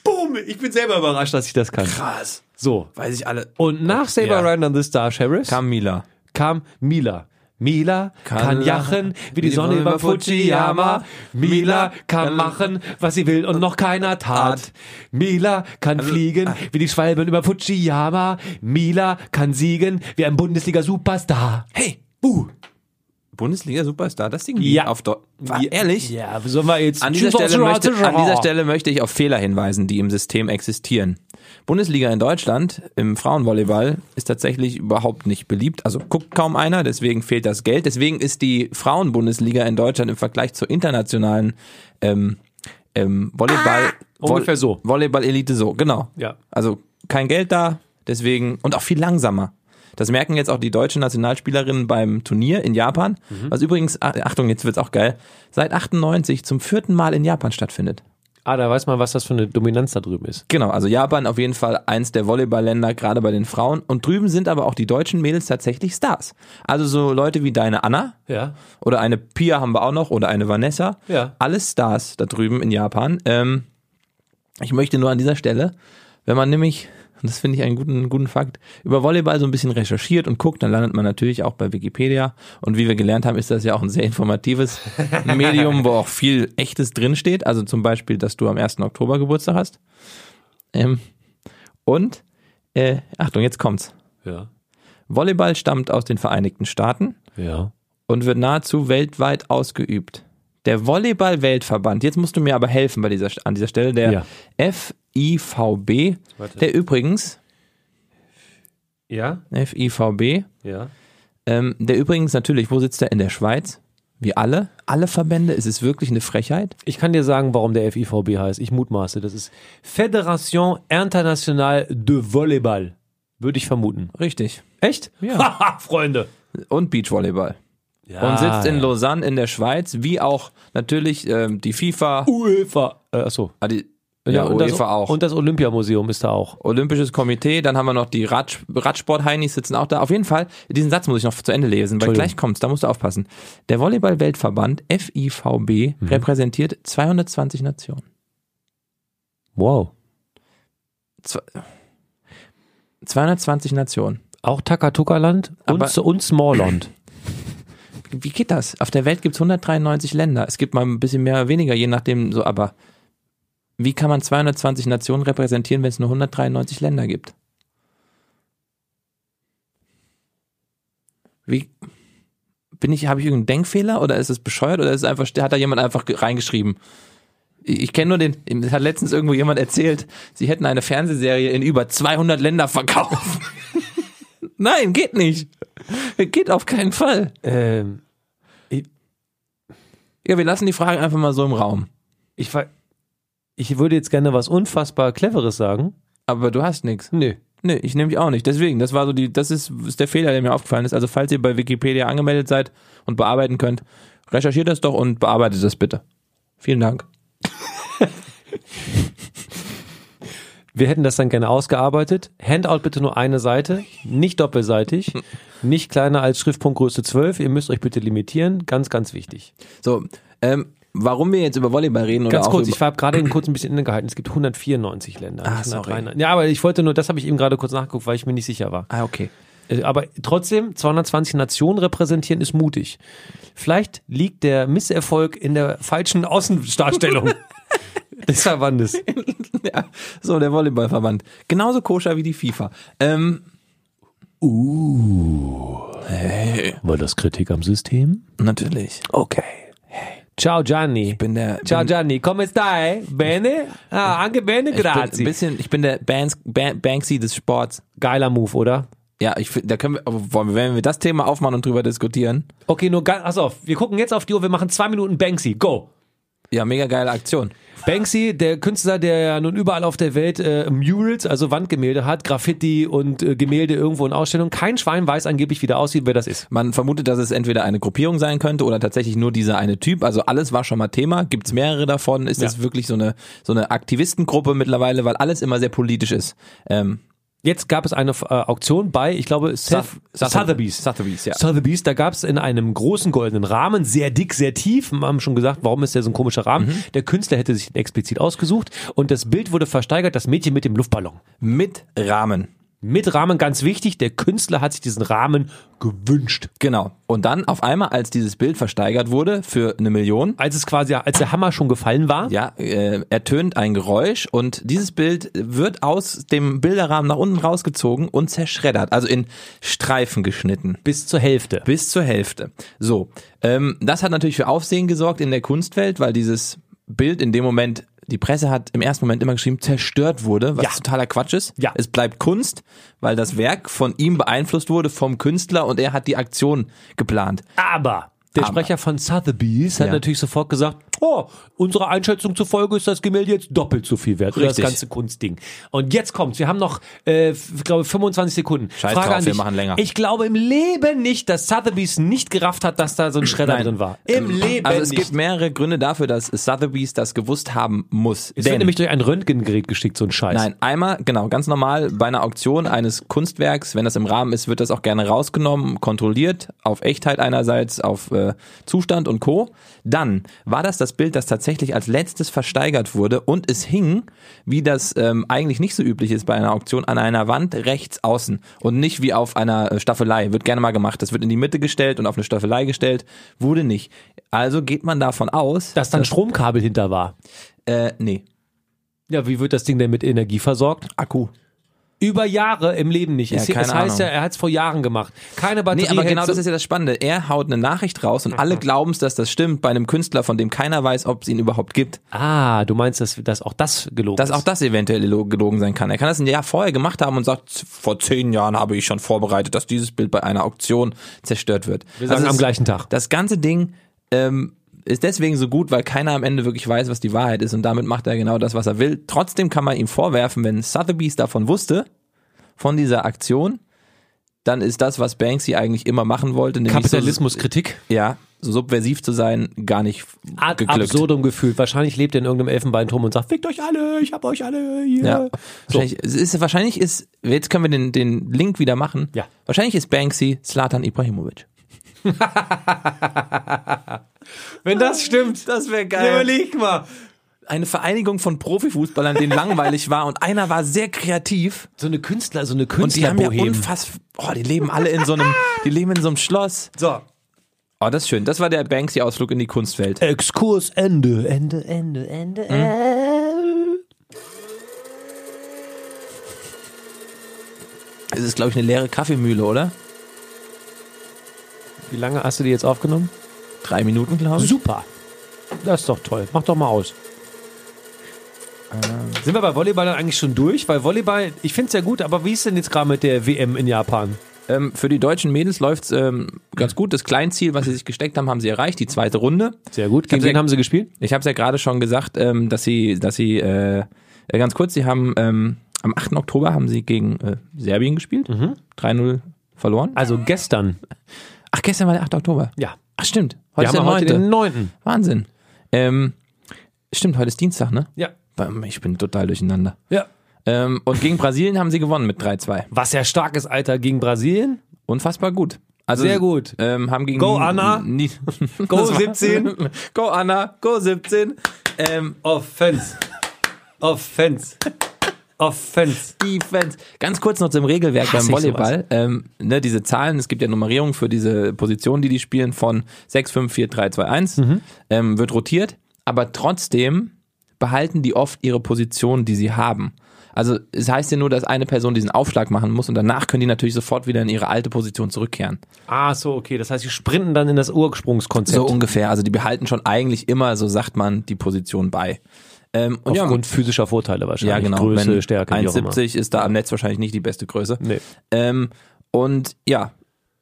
Speaker 2: Boom! Ich bin selber überrascht, dass ich das kann.
Speaker 1: krass.
Speaker 2: So.
Speaker 1: Weiß ich alle.
Speaker 2: Und nach Saber
Speaker 1: Ja.
Speaker 2: Rider and the Star Sheriffs
Speaker 1: Kam Mila.
Speaker 2: kam Mila. Mila kann, jachen wie die Sonne über Fujiyama. Mila kann machen, was sie will und noch keiner tat. Also, ah. Mila kann fliegen wie die Schwalben über Fujiyama. Mila kann siegen wie ein Bundesliga-Superstar.
Speaker 1: Hey,
Speaker 2: Uh,
Speaker 1: Bundesliga Superstar, das Ding
Speaker 2: Ja.
Speaker 1: auf Deu- Wa- Ehrlich?
Speaker 2: ja, sollen wir jetzt...
Speaker 1: An dieser, Stelle möchte, an dieser Stelle möchte ich auf Fehler hinweisen, die im System existieren. Bundesliga in Deutschland im Frauenvolleyball ist tatsächlich überhaupt nicht beliebt. Also guckt kaum einer, deswegen fehlt das Geld. Deswegen ist die Frauenbundesliga in Deutschland im Vergleich zur internationalen ähm, ähm, Volleyball Vol-
Speaker 2: Ah, Ungefähr so.
Speaker 1: Volleyball-Elite so, genau.
Speaker 2: Ja.
Speaker 1: Also kein Geld da, deswegen und auch viel langsamer. Das merken jetzt auch die deutschen Nationalspielerinnen beim Turnier in Japan, was übrigens, A- Achtung, jetzt wird's auch geil, seit 98 zum vierten Mal in Japan stattfindet.
Speaker 2: Ah, da weiß man, was das für eine Dominanz da drüben ist.
Speaker 1: Genau, also Japan auf jeden Fall eins der Volleyballländer, gerade bei den Frauen. Und drüben sind aber auch die deutschen Mädels tatsächlich Stars. Also so Leute wie deine Anna
Speaker 2: Ja.
Speaker 1: oder eine Pia haben wir auch noch oder eine Vanessa.
Speaker 2: Ja.
Speaker 1: Alles Stars da drüben in Japan. Ähm, ich möchte nur an dieser Stelle, wenn man nämlich, und das finde ich einen guten, guten Fakt, über Volleyball so ein bisschen recherchiert und guckt, dann landet man natürlich auch bei Wikipedia. Und wie wir gelernt haben, ist das ja auch ein sehr informatives Medium, wo auch viel Echtes drinsteht. Also zum Beispiel, dass du am 1. Oktober Geburtstag hast. Ähm, und, äh, Achtung, jetzt kommt's.
Speaker 2: Ja.
Speaker 1: Volleyball stammt aus den Vereinigten Staaten
Speaker 2: Ja.
Speaker 1: und wird nahezu weltweit ausgeübt. Der Volleyball-Weltverband, jetzt musst du mir aber helfen bei dieser, an dieser Stelle, der
Speaker 2: Ja.
Speaker 1: FIVB,
Speaker 2: Warte.
Speaker 1: der übrigens,
Speaker 2: Ja.
Speaker 1: FIVB,
Speaker 2: Ja.
Speaker 1: ähm, der übrigens natürlich, wo sitzt er? In der Schweiz? Wie alle? Alle Verbände? Es ist wirklich eine Frechheit.
Speaker 2: Ich kann dir sagen, warum der FIVB heißt. Ich mutmaße, das ist Fédération Internationale de Volleyball. Würde ich vermuten.
Speaker 1: Richtig.
Speaker 2: Echt?
Speaker 1: Ja.
Speaker 2: Haha, Freunde.
Speaker 1: Und Beachvolleyball.
Speaker 2: Ah,
Speaker 1: und sitzt in Lausanne in der Schweiz, wie auch natürlich ähm, die FIFA,
Speaker 2: UEFA. Äh, achso.
Speaker 1: ah, die,
Speaker 2: Ja,
Speaker 1: ja,
Speaker 2: und das,
Speaker 1: UEFA auch.
Speaker 2: Und das Olympiamuseum ist da auch.
Speaker 1: Olympisches Komitee, dann haben wir noch die Rad, Radsport-Heinis sitzen auch da. Auf jeden Fall, diesen Satz muss ich noch zu Ende lesen, weil
Speaker 2: Entschuldigung.
Speaker 1: gleich kommt's, da musst du aufpassen. Der Volleyball-Weltverband FIVB repräsentiert 220 Nationen.
Speaker 2: Wow.
Speaker 1: Zwe- 220 Nationen.
Speaker 2: Auch Takatuka-Land und,
Speaker 1: Aber-
Speaker 2: S- und Smallland.
Speaker 1: Wie geht das? Auf der Welt gibt's 193 Länder. Es gibt mal ein bisschen mehr oder weniger, je nachdem so, aber wie kann man 220 Nationen repräsentieren, wenn es nur 193 Länder gibt? Wie bin ich, habe ich irgendeinen Denkfehler oder ist es bescheuert oder ist es einfach, hat da jemand einfach ge- reingeschrieben? Ich ich kenne nur den, das hat letztens irgendwo jemand erzählt, sie hätten eine Fernsehserie in über 200 Länder verkauft. Nein, geht nicht. Geht auf keinen Fall.
Speaker 2: ähm,
Speaker 1: Ja, wir lassen die Frage einfach mal so im Raum.
Speaker 2: ich, ver- ich würde jetzt gerne was unfassbar Cleveres sagen.
Speaker 1: Aber du hast nichts.
Speaker 2: Nee.
Speaker 1: Nee, ich nehme mich auch nicht. Deswegen, das war so die, das ist, ist der Fehler, der mir aufgefallen ist. Also, falls ihr bei Wikipedia angemeldet seid und bearbeiten könnt, recherchiert das doch und bearbeitet das bitte. Vielen Dank.
Speaker 2: Wir hätten das dann gerne ausgearbeitet. Handout bitte nur eine Seite, nicht doppelseitig, nicht kleiner als Schriftpunktgröße 12. Ihr müsst euch bitte limitieren, ganz, ganz wichtig.
Speaker 1: So, ähm, warum wir jetzt über Volleyball reden oder
Speaker 2: Ganz
Speaker 1: auch
Speaker 2: kurz, ich
Speaker 1: über,
Speaker 2: habe gerade eben kurz ein bisschen innegehalten. Es gibt 194 Länder. nicht
Speaker 1: sorry.
Speaker 2: 193. Ja, aber ich wollte nur, das habe ich eben gerade kurz nachgeguckt, weil ich mir nicht sicher war.
Speaker 1: Ah, okay.
Speaker 2: Äh, Aber trotzdem, 220 Nationen repräsentieren ist mutig. Vielleicht liegt der Misserfolg in der falschen Außendarstellung des Verbandes.
Speaker 1: Ja, so, der Volleyballverband. Genauso koscher wie die FIFA. Ähm,
Speaker 2: War das Kritik am System?
Speaker 1: natürlich.
Speaker 2: Okay. Ciao Gianni.
Speaker 1: Bin der,
Speaker 2: Ciao Gianni, come stai? Bene? Ah, anche bene,
Speaker 1: bin, bin ein
Speaker 2: grazie.
Speaker 1: bisschen, ich bin der Bans, Ban, Banksy des Sports.
Speaker 2: Geiler Move, oder?
Speaker 1: Ja, ich finde, da können wir, aber wollen wir, wenn wir das Thema aufmachen und drüber diskutieren,
Speaker 2: Okay, nur ganz, pass auf, wir gucken jetzt auf die Uhr, wir machen zwei Minuten Banksy, go!
Speaker 1: Ja, mega geile Aktion.
Speaker 2: Banksy, der Künstler, der ja nun überall auf der Welt äh, Murals, also Wandgemälde hat, Graffiti und äh, Gemälde irgendwo in Ausstellung. Kein Schwein weiß angeblich, wie der aussieht, wer das ist.
Speaker 1: Man vermutet, dass es entweder eine Gruppierung sein könnte oder tatsächlich nur dieser eine Typ. Also alles war schon mal Thema. Gibt es mehrere davon? Ist es
Speaker 2: Ja.
Speaker 1: wirklich so eine, so eine Aktivistengruppe mittlerweile, weil alles immer sehr politisch ist? Ähm,
Speaker 2: Jetzt gab es eine äh, Auktion bei, ich glaube, Seth, Sotheby's.
Speaker 1: Sotheby's, ja.
Speaker 2: Sotheby's, da gab es in einem großen goldenen Rahmen, sehr dick, sehr tief, wir haben schon gesagt, warum ist der so ein komischer Rahmen?
Speaker 1: Mhm.
Speaker 2: Der Künstler hätte sich den explizit ausgesucht und das Bild wurde versteigert, das Mädchen mit dem Luftballon.
Speaker 1: Mit Rahmen.
Speaker 2: Mit Rahmen, ganz wichtig, der Künstler hat sich diesen Rahmen gewünscht.
Speaker 1: Genau. Und dann auf einmal, als dieses Bild versteigert wurde für eine Million,
Speaker 2: Als es quasi, als der Hammer schon gefallen war,
Speaker 1: ja, äh, ertönt ein Geräusch und dieses Bild wird aus dem Bilderrahmen nach unten rausgezogen und zerschreddert, also in Streifen geschnitten.
Speaker 2: bis zur Hälfte.
Speaker 1: Bis zur Hälfte. So, ähm, das hat natürlich für Aufsehen gesorgt in der Kunstwelt, weil dieses Bild in dem Moment, die Presse hat im ersten Moment immer geschrieben, zerstört wurde, was
Speaker 2: Ja.
Speaker 1: totaler Quatsch ist.
Speaker 2: Ja.
Speaker 1: Es bleibt Kunst, weil das Werk von ihm beeinflusst wurde, vom Künstler und er hat die Aktion geplant.
Speaker 2: Aber der
Speaker 1: Aber.
Speaker 2: Sprecher von Sotheby's hat
Speaker 1: Ja.
Speaker 2: natürlich sofort gesagt, vor. Unserer Einschätzung zufolge ist das Gemälde jetzt doppelt so viel wert. Oder das
Speaker 1: Richtig.
Speaker 2: ganze Kunstding. Und jetzt kommt's. Wir haben noch, äh, ich glaube, 25 Sekunden.
Speaker 1: Scheiß drauf, wir machen länger.
Speaker 2: Ich glaube im Leben nicht, dass Sotheby's nicht gerafft hat, dass da so ein Schredder
Speaker 1: Nein.
Speaker 2: drin war. Im Leben
Speaker 1: Also es
Speaker 2: nicht.
Speaker 1: gibt mehrere Gründe dafür, dass Sotheby's das gewusst haben muss.
Speaker 2: es wird nämlich durch ein Röntgengerät geschickt, so ein Scheiß.
Speaker 1: Nein, einmal, genau, ganz normal bei einer Auktion eines Kunstwerks, wenn das im Rahmen ist, wird das auch gerne rausgenommen, kontrolliert, auf Echtheit einerseits, auf äh, Zustand und Co. Dann war das das Bild, das tatsächlich als letztes versteigert wurde und es hing, wie das ähm, eigentlich nicht so üblich ist bei einer Auktion, an einer Wand rechts außen und nicht wie auf einer äh, Staffelei. Wird gerne mal gemacht. Das wird in die Mitte gestellt und auf eine Staffelei gestellt. Wurde nicht. Also geht man davon aus,
Speaker 2: Dass dann Stromkabel hinter war.
Speaker 1: äh, nee,
Speaker 2: Ja, wie wird das Ding denn mit Energie versorgt?
Speaker 1: Akku.
Speaker 2: Über Jahre im Leben nicht. es,
Speaker 1: keine
Speaker 2: es heißt
Speaker 1: Ahnung.
Speaker 2: ja, er hat es vor Jahren gemacht. Keine Batterie.
Speaker 1: Nee, aber genau
Speaker 2: hält
Speaker 1: das
Speaker 2: so-
Speaker 1: ist ja das Spannende. Er haut eine Nachricht raus und alle glauben es, dass das stimmt bei einem Künstler, von dem keiner weiß, ob es ihn überhaupt gibt.
Speaker 2: ah, du meinst, dass, dass auch das gelogen
Speaker 1: Dass
Speaker 2: ist.
Speaker 1: auch das eventuell lo- gelogen sein kann. Er kann das ein Jahr vorher gemacht haben und sagt, vor zehn Jahren habe ich schon vorbereitet, dass dieses Bild bei einer Auktion zerstört wird.
Speaker 2: Wir sagen
Speaker 1: Also
Speaker 2: am
Speaker 1: es-
Speaker 2: gleichen Tag.
Speaker 1: Das ganze Ding ähm, ist deswegen so gut, weil keiner am Ende wirklich weiß, was die Wahrheit ist und damit macht er genau das, was er will. Trotzdem kann man ihm vorwerfen, wenn Sotheby's davon wusste, von dieser Aktion, dann ist das, was Banksy eigentlich immer machen wollte, nämlich so-
Speaker 2: Kapitalismuskritik.
Speaker 1: ja, so subversiv zu sein, gar nicht
Speaker 2: Ad
Speaker 1: geglückt.
Speaker 2: absurdum gefühlt. Wahrscheinlich lebt er in irgendeinem Elfenbeinturm und sagt, fickt euch alle, ich hab euch alle hier.
Speaker 1: Ja.
Speaker 2: So.
Speaker 1: Wahrscheinlich, es ist, wahrscheinlich ist, jetzt können wir den, den Link wieder machen.
Speaker 2: Ja.
Speaker 1: Wahrscheinlich ist Banksy Slatan Ibrahimovic.
Speaker 2: Wenn das stimmt, das
Speaker 1: wäre
Speaker 2: Überleg mal.
Speaker 1: Eine Vereinigung von Profifußballern, denen langweilig war und einer war sehr kreativ
Speaker 2: So eine Künstler, so eine
Speaker 1: und die haben ja
Speaker 2: Künstlerbohem.
Speaker 1: unfassbar, oh, die leben alle in so einem, die leben in so einem Schloss.
Speaker 2: so.
Speaker 1: Oh, das ist schön. Das war der Banksy-Ausflug in die Kunstwelt.
Speaker 2: Exkurs Ende, Ende, Ende, Ende. Ende.
Speaker 1: Es ist, glaube ich, eine leere Kaffeemühle, oder?
Speaker 2: Wie lange hast du die jetzt aufgenommen?
Speaker 1: Drei Minuten, glaube ich.
Speaker 2: Super. Das ist doch toll. Mach doch mal aus. Ähm. Sind wir bei Volleyball dann eigentlich schon durch? Weil Volleyball, ich finde es ja gut, aber wie ist denn jetzt gerade mit der WM in Japan?
Speaker 1: Ähm, für die deutschen Mädels läuft's ähm, ganz gut. Das Kleinziel, was sie sich gesteckt haben, haben sie erreicht. Die zweite Runde.
Speaker 2: Sehr gut. Gegen
Speaker 1: Ich hab
Speaker 2: wen
Speaker 1: sehr-
Speaker 2: haben sie gespielt?
Speaker 1: Ich habe es ja gerade schon gesagt, ähm, dass sie, dass sie äh, äh, ganz kurz, sie haben ähm, am 8. Oktober haben sie gegen äh, Serbien gespielt,
Speaker 2: Mhm.
Speaker 1: 3-0 verloren.
Speaker 2: Also gestern.
Speaker 1: Ach, gestern war der 8. Oktober.
Speaker 2: Ja.
Speaker 1: Ach stimmt,
Speaker 2: Wir
Speaker 1: heute ist der
Speaker 2: haben heute
Speaker 1: 9.
Speaker 2: den 9.
Speaker 1: Wahnsinn. Ähm, stimmt, heute ist Dienstag, ne?
Speaker 2: Ja.
Speaker 1: Bam, Ich bin total durcheinander.
Speaker 2: ja.
Speaker 1: Ähm, und gegen Brasilien haben sie gewonnen mit 3-2.
Speaker 2: Was ja stark ist, Alter, gegen Brasilien.
Speaker 1: Unfassbar gut. Also,
Speaker 2: Sehr gut.
Speaker 1: Ähm, haben gegen
Speaker 2: Go, Anna.
Speaker 1: Nie-
Speaker 2: Go
Speaker 1: Das war-
Speaker 2: 17.
Speaker 1: Go Anna, Go 17. Ähm,
Speaker 2: Offense. Offense. Offense.
Speaker 1: Defense. Ganz kurz noch zum Regelwerk
Speaker 2: Hasse
Speaker 1: beim
Speaker 2: ich sowas.
Speaker 1: Volleyball. Ähm, ne, diese Zahlen, es gibt ja Nummerierung für diese Positionen, die die spielen, von 6, 5, 4, 3, 2, 1.
Speaker 2: Mhm.
Speaker 1: Ähm, wird rotiert, aber trotzdem behalten die oft ihre Position, die sie haben. Also es heißt ja nur, dass eine Person diesen Aufschlag machen muss und danach können die natürlich sofort wieder in ihre alte Position zurückkehren.
Speaker 2: Ah, so, okay. Das heißt, sie sprinten dann in das Ursprungskonzept.
Speaker 1: So ungefähr. Also die behalten schon eigentlich immer, so sagt man, die Position bei. Ähm, und ja,
Speaker 2: Aufgrund physischer Vorteile
Speaker 1: ja,
Speaker 2: wahrscheinlich.
Speaker 1: genau.
Speaker 2: Größe,
Speaker 1: Wenn
Speaker 2: Stärke, wie auch immer.
Speaker 1: 1,70 ist da am Netz wahrscheinlich nicht die beste Größe.
Speaker 2: Nee.
Speaker 1: Ähm, und ja,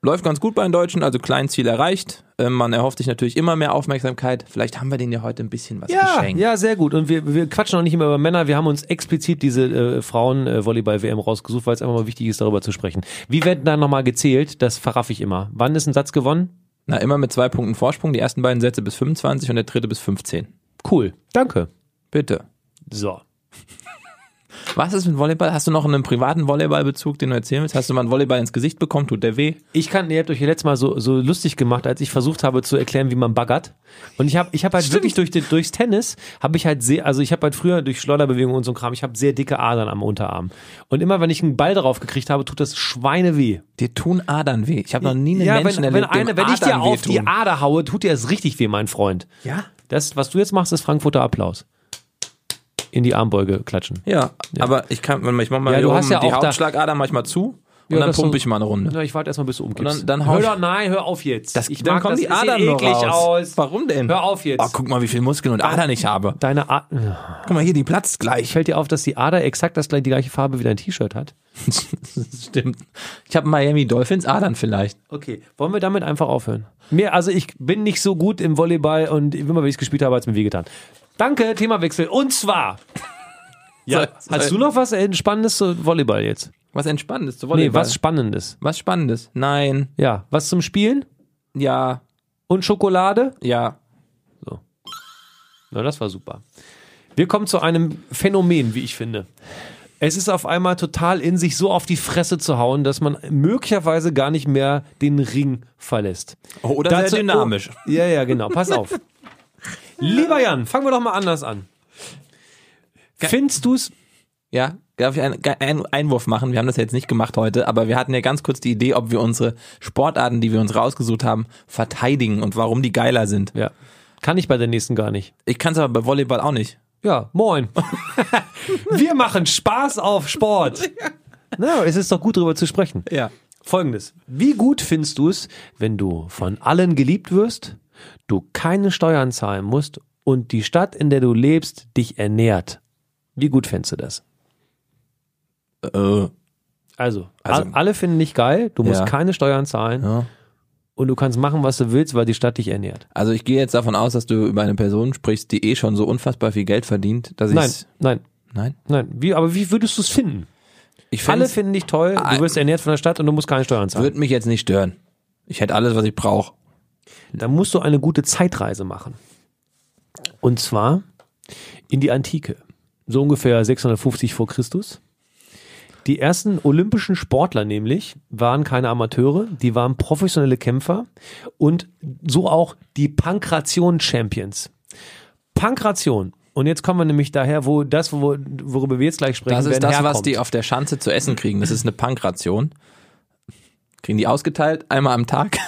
Speaker 1: läuft ganz gut bei den Deutschen, also Kleinziel erreicht. Ähm, man erhofft sich natürlich immer mehr Aufmerksamkeit. Vielleicht haben wir denen ja heute ein bisschen was
Speaker 2: Ja,
Speaker 1: geschenkt.
Speaker 2: ja, sehr gut. Und wir, wir quatschen auch nicht immer über Männer. Wir haben uns explizit diese äh, Frauen-Volleyball-WM rausgesucht, weil es einfach mal wichtig ist, darüber zu sprechen. Wie werden da nochmal gezählt? Das verraff ich immer. Wann ist ein Satz gewonnen?
Speaker 1: Na, immer mit zwei Punkten Vorsprung, die ersten beiden Sätze bis 25 und der dritte bis 15.
Speaker 2: Cool. Danke.
Speaker 1: Bitte.
Speaker 2: So.
Speaker 1: Was ist mit Volleyball? Hast du noch einen privaten Volleyballbezug, den du erzählen willst? Hast du mal einen Volleyball ins Gesicht bekommen? Tut der weh?
Speaker 2: Ich kann, ihr habt euch ja letztes Mal so, so lustig gemacht, als ich versucht habe zu erklären, wie man baggert. Und ich habe ich hab halt wirklich durch den, durchs Tennis, habe ich halt sehr, also ich habe halt früher durch Schleuderbewegungen und so Kram, ich habe sehr dicke Adern am Unterarm. Und immer wenn ich einen Ball drauf gekriegt habe, tut das Schweine weh.
Speaker 1: Dir tun Adern weh. Ich habe noch nie einen
Speaker 2: ja,
Speaker 1: Menschen
Speaker 2: wenn, wenn,
Speaker 1: erlebt,
Speaker 2: eine,
Speaker 1: dem
Speaker 2: wenn ich dir
Speaker 1: Adern
Speaker 2: auf die
Speaker 1: wehtun.
Speaker 2: Ader haue, tut dir das richtig weh, mein Freund.
Speaker 1: Ja?
Speaker 2: Das, was du jetzt machst, ist Frankfurter Applaus. In die Armbeuge klatschen.
Speaker 1: Ja, aber ich kann, warte mal, ich mach mal
Speaker 2: Ja,
Speaker 1: hier
Speaker 2: du hast
Speaker 1: oben
Speaker 2: ja
Speaker 1: die
Speaker 2: auch da-
Speaker 1: Hauptschlagader manchmal zu Und
Speaker 2: Ja,
Speaker 1: dann
Speaker 2: das so-
Speaker 1: pumpe ich mal eine Runde.
Speaker 2: Na, ich warte erstmal, bis du umkippst.
Speaker 1: Und dann- dann hau
Speaker 2: hör
Speaker 1: ich-
Speaker 2: doch, nein, hör auf jetzt.
Speaker 1: Das,
Speaker 2: ich
Speaker 1: dann
Speaker 2: mag
Speaker 1: kommen
Speaker 2: das,
Speaker 1: die
Speaker 2: das sieht
Speaker 1: Adern noch
Speaker 2: eklig
Speaker 1: raus.
Speaker 2: aus.
Speaker 1: Warum denn?
Speaker 2: Hör auf jetzt.
Speaker 1: Oh, guck mal, wie viel Muskeln und Adern ich habe.
Speaker 2: Deine A
Speaker 1: Guck mal hier, die platzt gleich.
Speaker 2: Fällt dir auf, dass die Ader exakt das, gleich- die gleiche Farbe wie dein T-Shirt hat?
Speaker 1: Stimmt. Ich habe Miami Dolphins Adern vielleicht.
Speaker 2: Okay, wollen wir damit einfach aufhören? Mir, also ich bin nicht so gut im Volleyball und immer, wenn ich es gespielt habe, hat es mir wehgetan. Danke, Themawechsel. Und zwar. Ja,
Speaker 1: Soll-
Speaker 2: hast
Speaker 1: soll-
Speaker 2: du noch was äh, Spannendes zu Volleyball jetzt?
Speaker 1: Was Entspannendes zu
Speaker 2: Nee,
Speaker 1: Volleyball.
Speaker 2: was Spannendes.
Speaker 1: was Spannendes. Nein.
Speaker 2: Ja, was zum Spielen
Speaker 1: Ja.
Speaker 2: und Schokolade?
Speaker 1: Ja.
Speaker 2: Na, das war super. Wir kommen zu einem Phänomen, wie ich finde. Es ist auf einmal total in sich, so auf die Fresse zu hauen, dass man möglicherweise gar nicht mehr den Ring verlässt.
Speaker 1: Oh, oder
Speaker 2: Dazu-
Speaker 1: sehr dynamisch.
Speaker 2: Oh, ja, ja, genau. Pass auf. Lieber Jan, fangen wir doch mal anders an. Findest du es?
Speaker 1: Ja, darf ich einen, einen Einwurf machen? Wir haben das ja jetzt nicht gemacht heute, aber wir hatten ja ganz kurz die Idee, ob wir unsere Sportarten, die wir uns rausgesucht haben, verteidigen und warum die geiler sind.
Speaker 2: Ja. Kann ich bei der nächsten gar nicht.
Speaker 1: Ich kann es aber bei Volleyball auch nicht.
Speaker 2: Ja, moin. wir machen Spaß auf Sport. Na, es ist doch gut, drüber zu sprechen.
Speaker 1: Ja.
Speaker 2: Folgendes. Wie gut findest du es, wenn du von allen geliebt wirst, du keine Steuern zahlen musst und die Stadt, in der du lebst, dich ernährt? Wie gut findest du das?
Speaker 1: Äh,
Speaker 2: Also,
Speaker 1: Also-
Speaker 2: al- alle finden dich geil, du musst
Speaker 1: Ja.
Speaker 2: keine Steuern zahlen
Speaker 1: Ja.
Speaker 2: und du kannst machen, was du willst, weil die Stadt dich ernährt.
Speaker 1: also ich gehe jetzt davon aus, dass du über eine Person sprichst, die eh schon so unfassbar viel Geld verdient, dass ich
Speaker 2: Nein, nein,
Speaker 1: nein,
Speaker 2: nein. Wie, aber wie würdest du es finden?
Speaker 1: ich
Speaker 2: Alle
Speaker 1: finde,
Speaker 2: finden dich toll,
Speaker 1: Ah,
Speaker 2: du wirst ernährt von der Stadt und du musst keine Steuern zahlen.
Speaker 1: würde mich jetzt nicht stören. Ich hätte alles, was ich brauche.
Speaker 2: Dann musst du eine gute Zeitreise machen. Und zwar in die Antike. So ungefähr 650 vor Christus. Die ersten olympischen Sportler nämlich waren keine Amateure, die waren professionelle Kämpfer und so auch die Pankration-Champions. Pankration. Und jetzt kommen wir nämlich daher, wo das, wo, worüber wir jetzt gleich sprechen,
Speaker 1: Das ist
Speaker 2: werden,
Speaker 1: das,
Speaker 2: herkommt.
Speaker 1: was die auf der Schanze zu essen kriegen. Das ist eine Pankration. Kriegen die ausgeteilt einmal am Tag?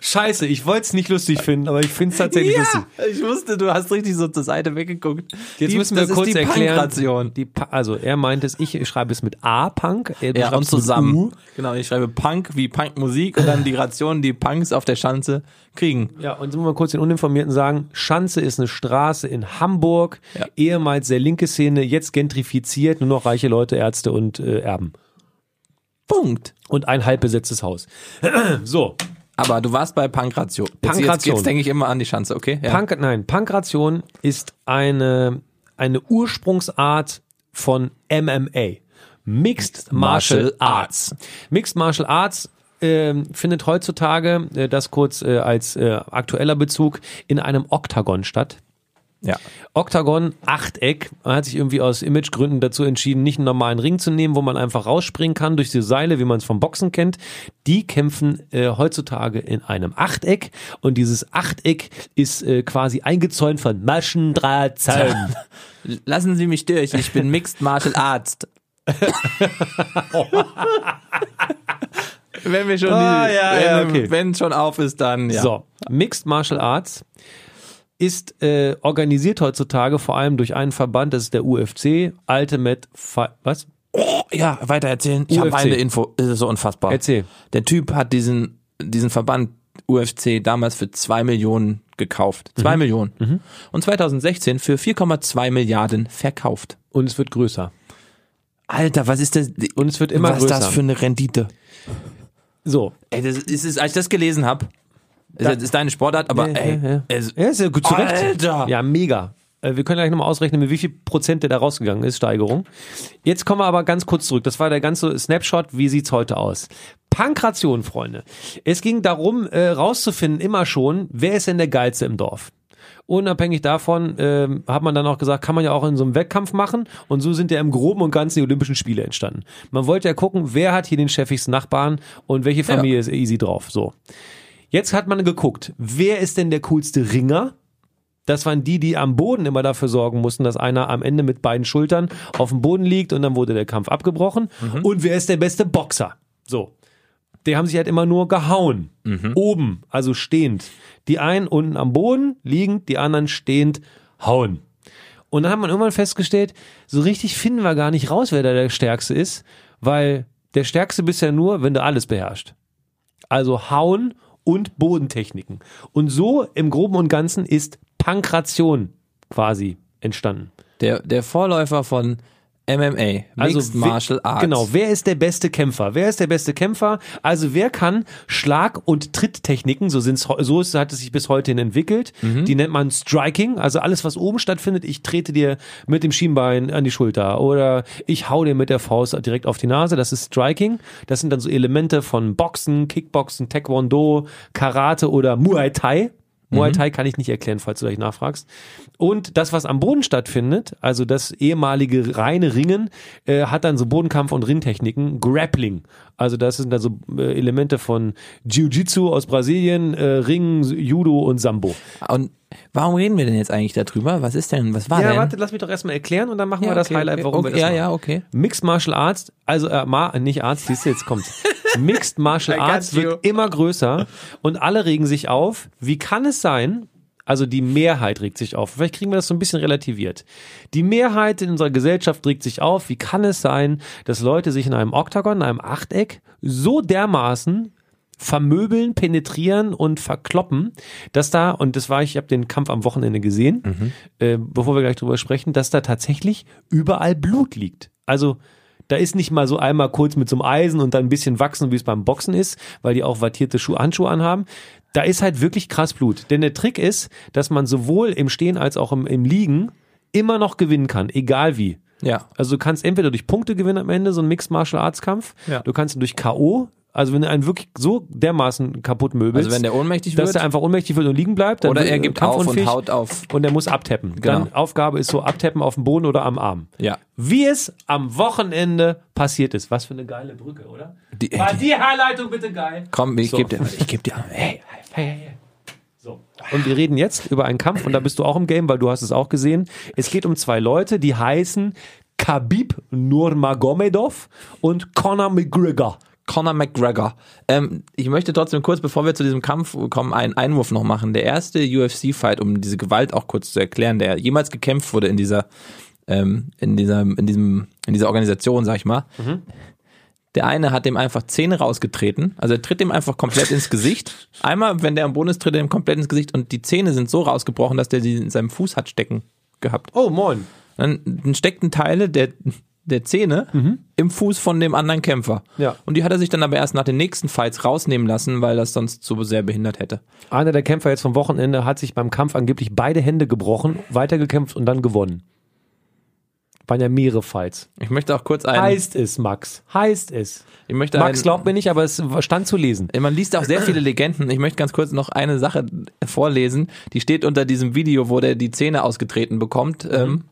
Speaker 2: Scheiße, ich wollte es nicht lustig finden, aber ich finde es tatsächlich lustig.
Speaker 1: ich wusste, du hast richtig so zur Seite weggeguckt.
Speaker 2: Jetzt müssen wir
Speaker 1: das
Speaker 2: kurz
Speaker 1: ist die
Speaker 2: erklären.
Speaker 1: Pankration.
Speaker 2: Die pa also er meint es, ich schreibe es mit A, Punk. er- du
Speaker 1: Ja, und
Speaker 2: schreibst mit
Speaker 1: zusammen.
Speaker 2: U.
Speaker 1: Genau, ich schreibe Punk wie Punkmusik und dann die Ration, die Punks auf der Schanze kriegen.
Speaker 2: Ja, und jetzt muss man kurz den Uninformierten sagen, Schanze ist eine Straße in Hamburg,
Speaker 1: Ja.
Speaker 2: ehemals sehr linke Szene, jetzt gentrifiziert, nur noch reiche Leute, Ärzte und äh, Erben.
Speaker 1: Punkt.
Speaker 2: Und ein halb besetztes Haus. so,
Speaker 1: Aber du warst bei Pankration. Jetzt, jetzt,
Speaker 2: Pankration.
Speaker 1: jetzt denke ich immer an die Schanze, okay? Ja.
Speaker 2: Pank, nein, Pankration ist eine, eine Ursprungsart von MMA. Mixed Martial
Speaker 1: Martial Arts.
Speaker 2: Arts. Mixed Martial Arts ähm, findet heutzutage, äh, das kurz äh, als äh, aktueller Bezug, in einem Oktagon statt.
Speaker 1: ja.
Speaker 2: Oktagon, Achteck. Man hat sich irgendwie aus Imagegründen dazu entschieden, nicht einen normalen Ring zu nehmen, wo man einfach rausspringen kann durch die Seile, wie man es vom Boxen kennt. Die kämpfen äh, heutzutage in einem Achteck und dieses Achteck ist äh, quasi eingezäunt von Maschendrahtzaun.
Speaker 1: Lassen Sie mich durch, ich bin Mixed Martial Arzt. wenn wir schon,
Speaker 2: Ah,
Speaker 1: die,
Speaker 2: ja, ja,
Speaker 1: wenn,
Speaker 2: okay.
Speaker 1: wenn schon auf ist, dann ja.
Speaker 2: So, Mixed Martial Arts ist äh, organisiert heutzutage vor allem durch einen Verband, das ist der UFC, Ultimate Fight. Was?
Speaker 1: Ja, weiter erzählen. Ich habe
Speaker 2: UFC.
Speaker 1: eine Info, es ist so unfassbar.
Speaker 2: Erzähl.
Speaker 1: Der Typ hat diesen, diesen Verband UFC damals für 2 Millionen gekauft.
Speaker 2: Mhm.
Speaker 1: 2 Millionen. Und 2016 für 4,2 Milliarden verkauft.
Speaker 2: Und es wird größer.
Speaker 1: Alter, was ist das?
Speaker 2: Und es wird immer
Speaker 1: was
Speaker 2: größer.
Speaker 1: ist das für eine Rendite?
Speaker 2: so.
Speaker 1: Ey, das ist, ist als ich das gelesen habe, das ist deine Sportart, aber
Speaker 2: Ja,
Speaker 1: ey,
Speaker 2: ja, ja.
Speaker 1: es-
Speaker 2: Ja, ist ja gut zu Recht.
Speaker 1: Alter!
Speaker 2: Äh, Ja, mega. Äh, Wir können gleich nochmal ausrechnen, mit wie viel Prozent der da rausgegangen ist, Steigerung. Jetzt kommen wir aber ganz kurz zurück. Das war der ganze Snapshot. Wie sieht's heute aus? Pankration, Freunde. Es ging darum, äh, rauszufinden, immer schon, wer ist denn der Geilste im Dorf? Unabhängig davon ähm, hat man dann auch gesagt, kann man ja auch in so einem Wettkampf machen. Und so sind ja im Groben und Ganzen die Olympischen Spiele entstanden. Man wollte ja gucken, wer hat hier den chefigsten Nachbarn und welche Familie ist easy drauf. So. Jetzt hat man geguckt, wer ist denn der coolste Ringer? Das waren die, die am Boden immer dafür sorgen mussten, dass einer am Ende mit beiden Schultern auf dem Boden liegt und dann wurde der Kampf abgebrochen. Und wer ist der beste Boxer? So. Die haben sich halt immer nur gehauen. Oben, also stehend. Die einen unten am Boden liegend, die anderen stehend hauen. Und dann hat man irgendwann festgestellt, so richtig finden wir gar nicht raus, wer da der Stärkste ist, weil Der stärkste bist ja nur, wenn du alles beherrschst. Also Hauen und Bodentechniken. Und so im Groben und Ganzen ist Pankration quasi entstanden.
Speaker 1: Der, der Vorläufer von MMA,
Speaker 2: Also
Speaker 1: Mixed
Speaker 2: we-
Speaker 1: Martial Arts.
Speaker 2: Genau, wer ist der beste Kämpfer? Wer ist der beste Kämpfer? Also wer kann Schlag- und Tritttechniken, so, sind's, heu- so ist, hat es sich bis heute hin entwickelt,
Speaker 1: Mhm.
Speaker 2: die nennt man Striking, also alles, was oben stattfindet, ich trete dir mit dem Schienbein an die Schulter oder ich hau dir mit der Faust direkt auf die Nase, das ist Striking. Das sind dann so Elemente von Boxen, Kickboxen, Taekwondo, Karate oder Muay Thai. Muay Thai kann ich nicht erklären, falls du gleich nachfragst. Und das, was am Boden stattfindet, also das ehemalige reine Ringen, äh, hat dann so Bodenkampf und Ringtechniken, Grappling. Also das sind dann so äh, Elemente von Jiu-Jitsu aus Brasilien, äh, Ringen, Judo und Sambo.
Speaker 1: Und warum reden wir denn jetzt eigentlich darüber? Was ist denn, was war
Speaker 2: Ja,
Speaker 1: denn?
Speaker 2: warte, lass mich doch erstmal erklären und dann machen
Speaker 1: Ja,
Speaker 2: wir das
Speaker 1: okay,
Speaker 2: Highlight,
Speaker 1: okay,
Speaker 2: warum
Speaker 1: okay,
Speaker 2: wir das
Speaker 1: ja,
Speaker 2: machen.
Speaker 1: ja, okay.
Speaker 2: Mixed Martial Arts, also äh, Ma, nicht Arts, siehst du, jetzt kommt. Mixed Martial
Speaker 1: I got
Speaker 2: Arts
Speaker 1: you.
Speaker 2: wird immer größer und alle regen sich auf. Wie kann es sein? Also die Mehrheit regt sich auf. Vielleicht kriegen wir das so ein bisschen relativiert. Die Mehrheit in unserer Gesellschaft regt sich auf. Wie kann es sein, dass Leute sich in einem Oktagon, in einem Achteck so dermaßen vermöbeln, penetrieren und verkloppen, dass da, und das war ich, ich habe den Kampf am Wochenende gesehen, äh, bevor wir gleich drüber sprechen, dass da tatsächlich überall Blut liegt. Also da ist nicht mal so einmal kurz mit so einem Eisen und dann ein bisschen wachsen, wie es beim Boxen ist, weil die auch wattierte Schuh Handschuhe anhaben. Da ist halt wirklich krass Blut. Denn der Trick ist, dass man sowohl im Stehen als auch im, im Liegen immer noch gewinnen kann, egal wie.
Speaker 1: Ja.
Speaker 2: Also du kannst entweder durch Punkte gewinnen am Ende, so ein Mixed Martial Arts Kampf.
Speaker 1: Ja.
Speaker 2: Du kannst durch K.O., also wenn du einen wirklich so dermaßen kaputt möbelst,
Speaker 1: Also wenn der ohnmächtig
Speaker 2: dass
Speaker 1: wird
Speaker 2: er einfach ohnmächtig wird und liegen bleibt, dann
Speaker 1: oder
Speaker 2: wird
Speaker 1: er gibt auf Äh, und
Speaker 2: kampfunfähig
Speaker 1: haut auf.
Speaker 2: und er muss abtappen.
Speaker 1: Genau.
Speaker 2: Dann Aufgabe ist so abtappen auf dem Boden oder am Arm.
Speaker 1: Ja.
Speaker 2: Wie es am Wochenende passiert ist. Was für eine geile Brücke, oder?
Speaker 1: Die,
Speaker 2: War
Speaker 1: die,
Speaker 2: die Herleitung bitte geil?
Speaker 1: komm, ich
Speaker 2: So.
Speaker 1: geb dir, ich geb dir, hey,
Speaker 2: Hey, hey, hey. So. Und wir reden jetzt über einen Kampf und da bist du auch im Game, weil du hast es auch gesehen. Es geht um zwei Leute, die heißen Khabib Nurmagomedov und Conor McGregor.
Speaker 1: Conor McGregor. Ähm, ich möchte trotzdem kurz, bevor wir zu diesem Kampf kommen, einen Einwurf noch machen. Der erste UFC-Fight, um diese Gewalt auch kurz zu erklären, der jemals gekämpft wurde in dieser, ähm, in dieser, in diesem, in dieser Organisation, sag ich mal. Der eine hat dem einfach Zähne rausgetreten, also er tritt dem einfach komplett ins Gesicht. Einmal, wenn der am Boden ist, tritt er dem komplett ins Gesicht und die Zähne sind so rausgebrochen, dass der die in seinem Fuß hat stecken gehabt.
Speaker 2: Oh, moin.
Speaker 1: Dann, dann steckten Teile der, der Zähne im Fuß von dem anderen Kämpfer.
Speaker 2: Mhm. Ja.
Speaker 1: Und die hat er sich dann aber erst nach den nächsten Fights rausnehmen lassen, weil das sonst zu sehr behindert hätte.
Speaker 2: Einer der Kämpfer jetzt vom Wochenende hat sich beim Kampf angeblich beide Hände gebrochen, weitergekämpft und dann gewonnen. Waren ja mehrere Fights.
Speaker 1: Ich möchte auch kurz einen.
Speaker 2: Heißt es, Max. Heißt es.
Speaker 1: Ich möchte
Speaker 2: Max
Speaker 1: einen,
Speaker 2: glaubt mir nicht, aber es stand zu lesen.
Speaker 1: man liest auch sehr viele Legenden. Ich möchte ganz kurz noch eine Sache vorlesen. Die steht unter diesem Video, wo der die Zähne ausgetreten bekommt. Ähm,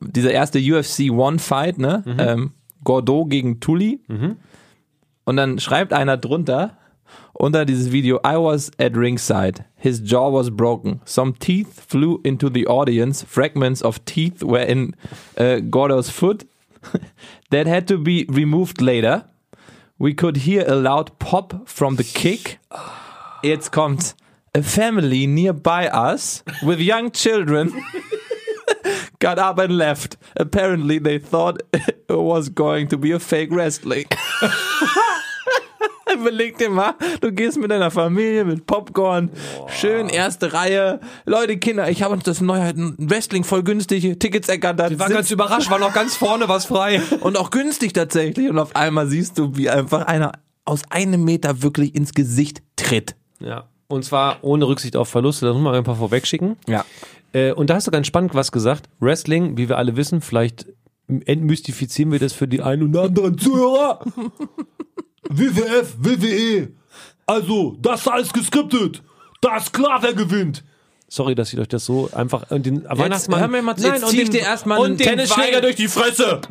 Speaker 1: dieser erste UFC One Fight, ne? Ähm, Gordo gegen Tully. Und dann schreibt einer drunter, unter dieses Video, I was at ringside. His jaw was broken. Some teeth flew into the audience. Fragments of teeth were in uh, Gordo's foot. That had to be removed later. We could hear a loud pop from the kick. Jetzt kommt a family nearby us with young children got up and left. Apparently they thought it was going to be a fake wrestling. Überleg dir mal, du gehst mit deiner Familie, mit Popcorn, schön erste Reihe. Leute, Kinder, ich habe uns das Neuheiten Wrestling voll günstig, Tickets ergattert. Sitzt-
Speaker 2: überrascht, war noch ganz vorne was frei.
Speaker 1: und auch günstig tatsächlich. Und auf einmal siehst du, wie einfach einer aus einem Meter wirklich ins Gesicht tritt.
Speaker 2: Ja. Und zwar ohne Rücksicht auf Verluste, das muss man einfach vorwegschicken.
Speaker 1: Ja.
Speaker 2: Äh, und da hast du ganz spannend was gesagt. Wrestling, wie wir alle wissen, vielleicht entmystifizieren wir das für die einen oder anderen Zuhörer. WWF, WWE. E. Also, das ist alles geskriptet. Da ist klar, wer gewinnt. Sorry, dass ich euch das so einfach und den Weihnachtsmann.
Speaker 1: hör mir mal zu, jetzt
Speaker 2: und
Speaker 1: zieh ich
Speaker 2: den-
Speaker 1: dir erstmal
Speaker 2: und
Speaker 1: einen
Speaker 2: den
Speaker 1: Tennisschläger
Speaker 2: Wein-
Speaker 1: durch
Speaker 2: die Fresse.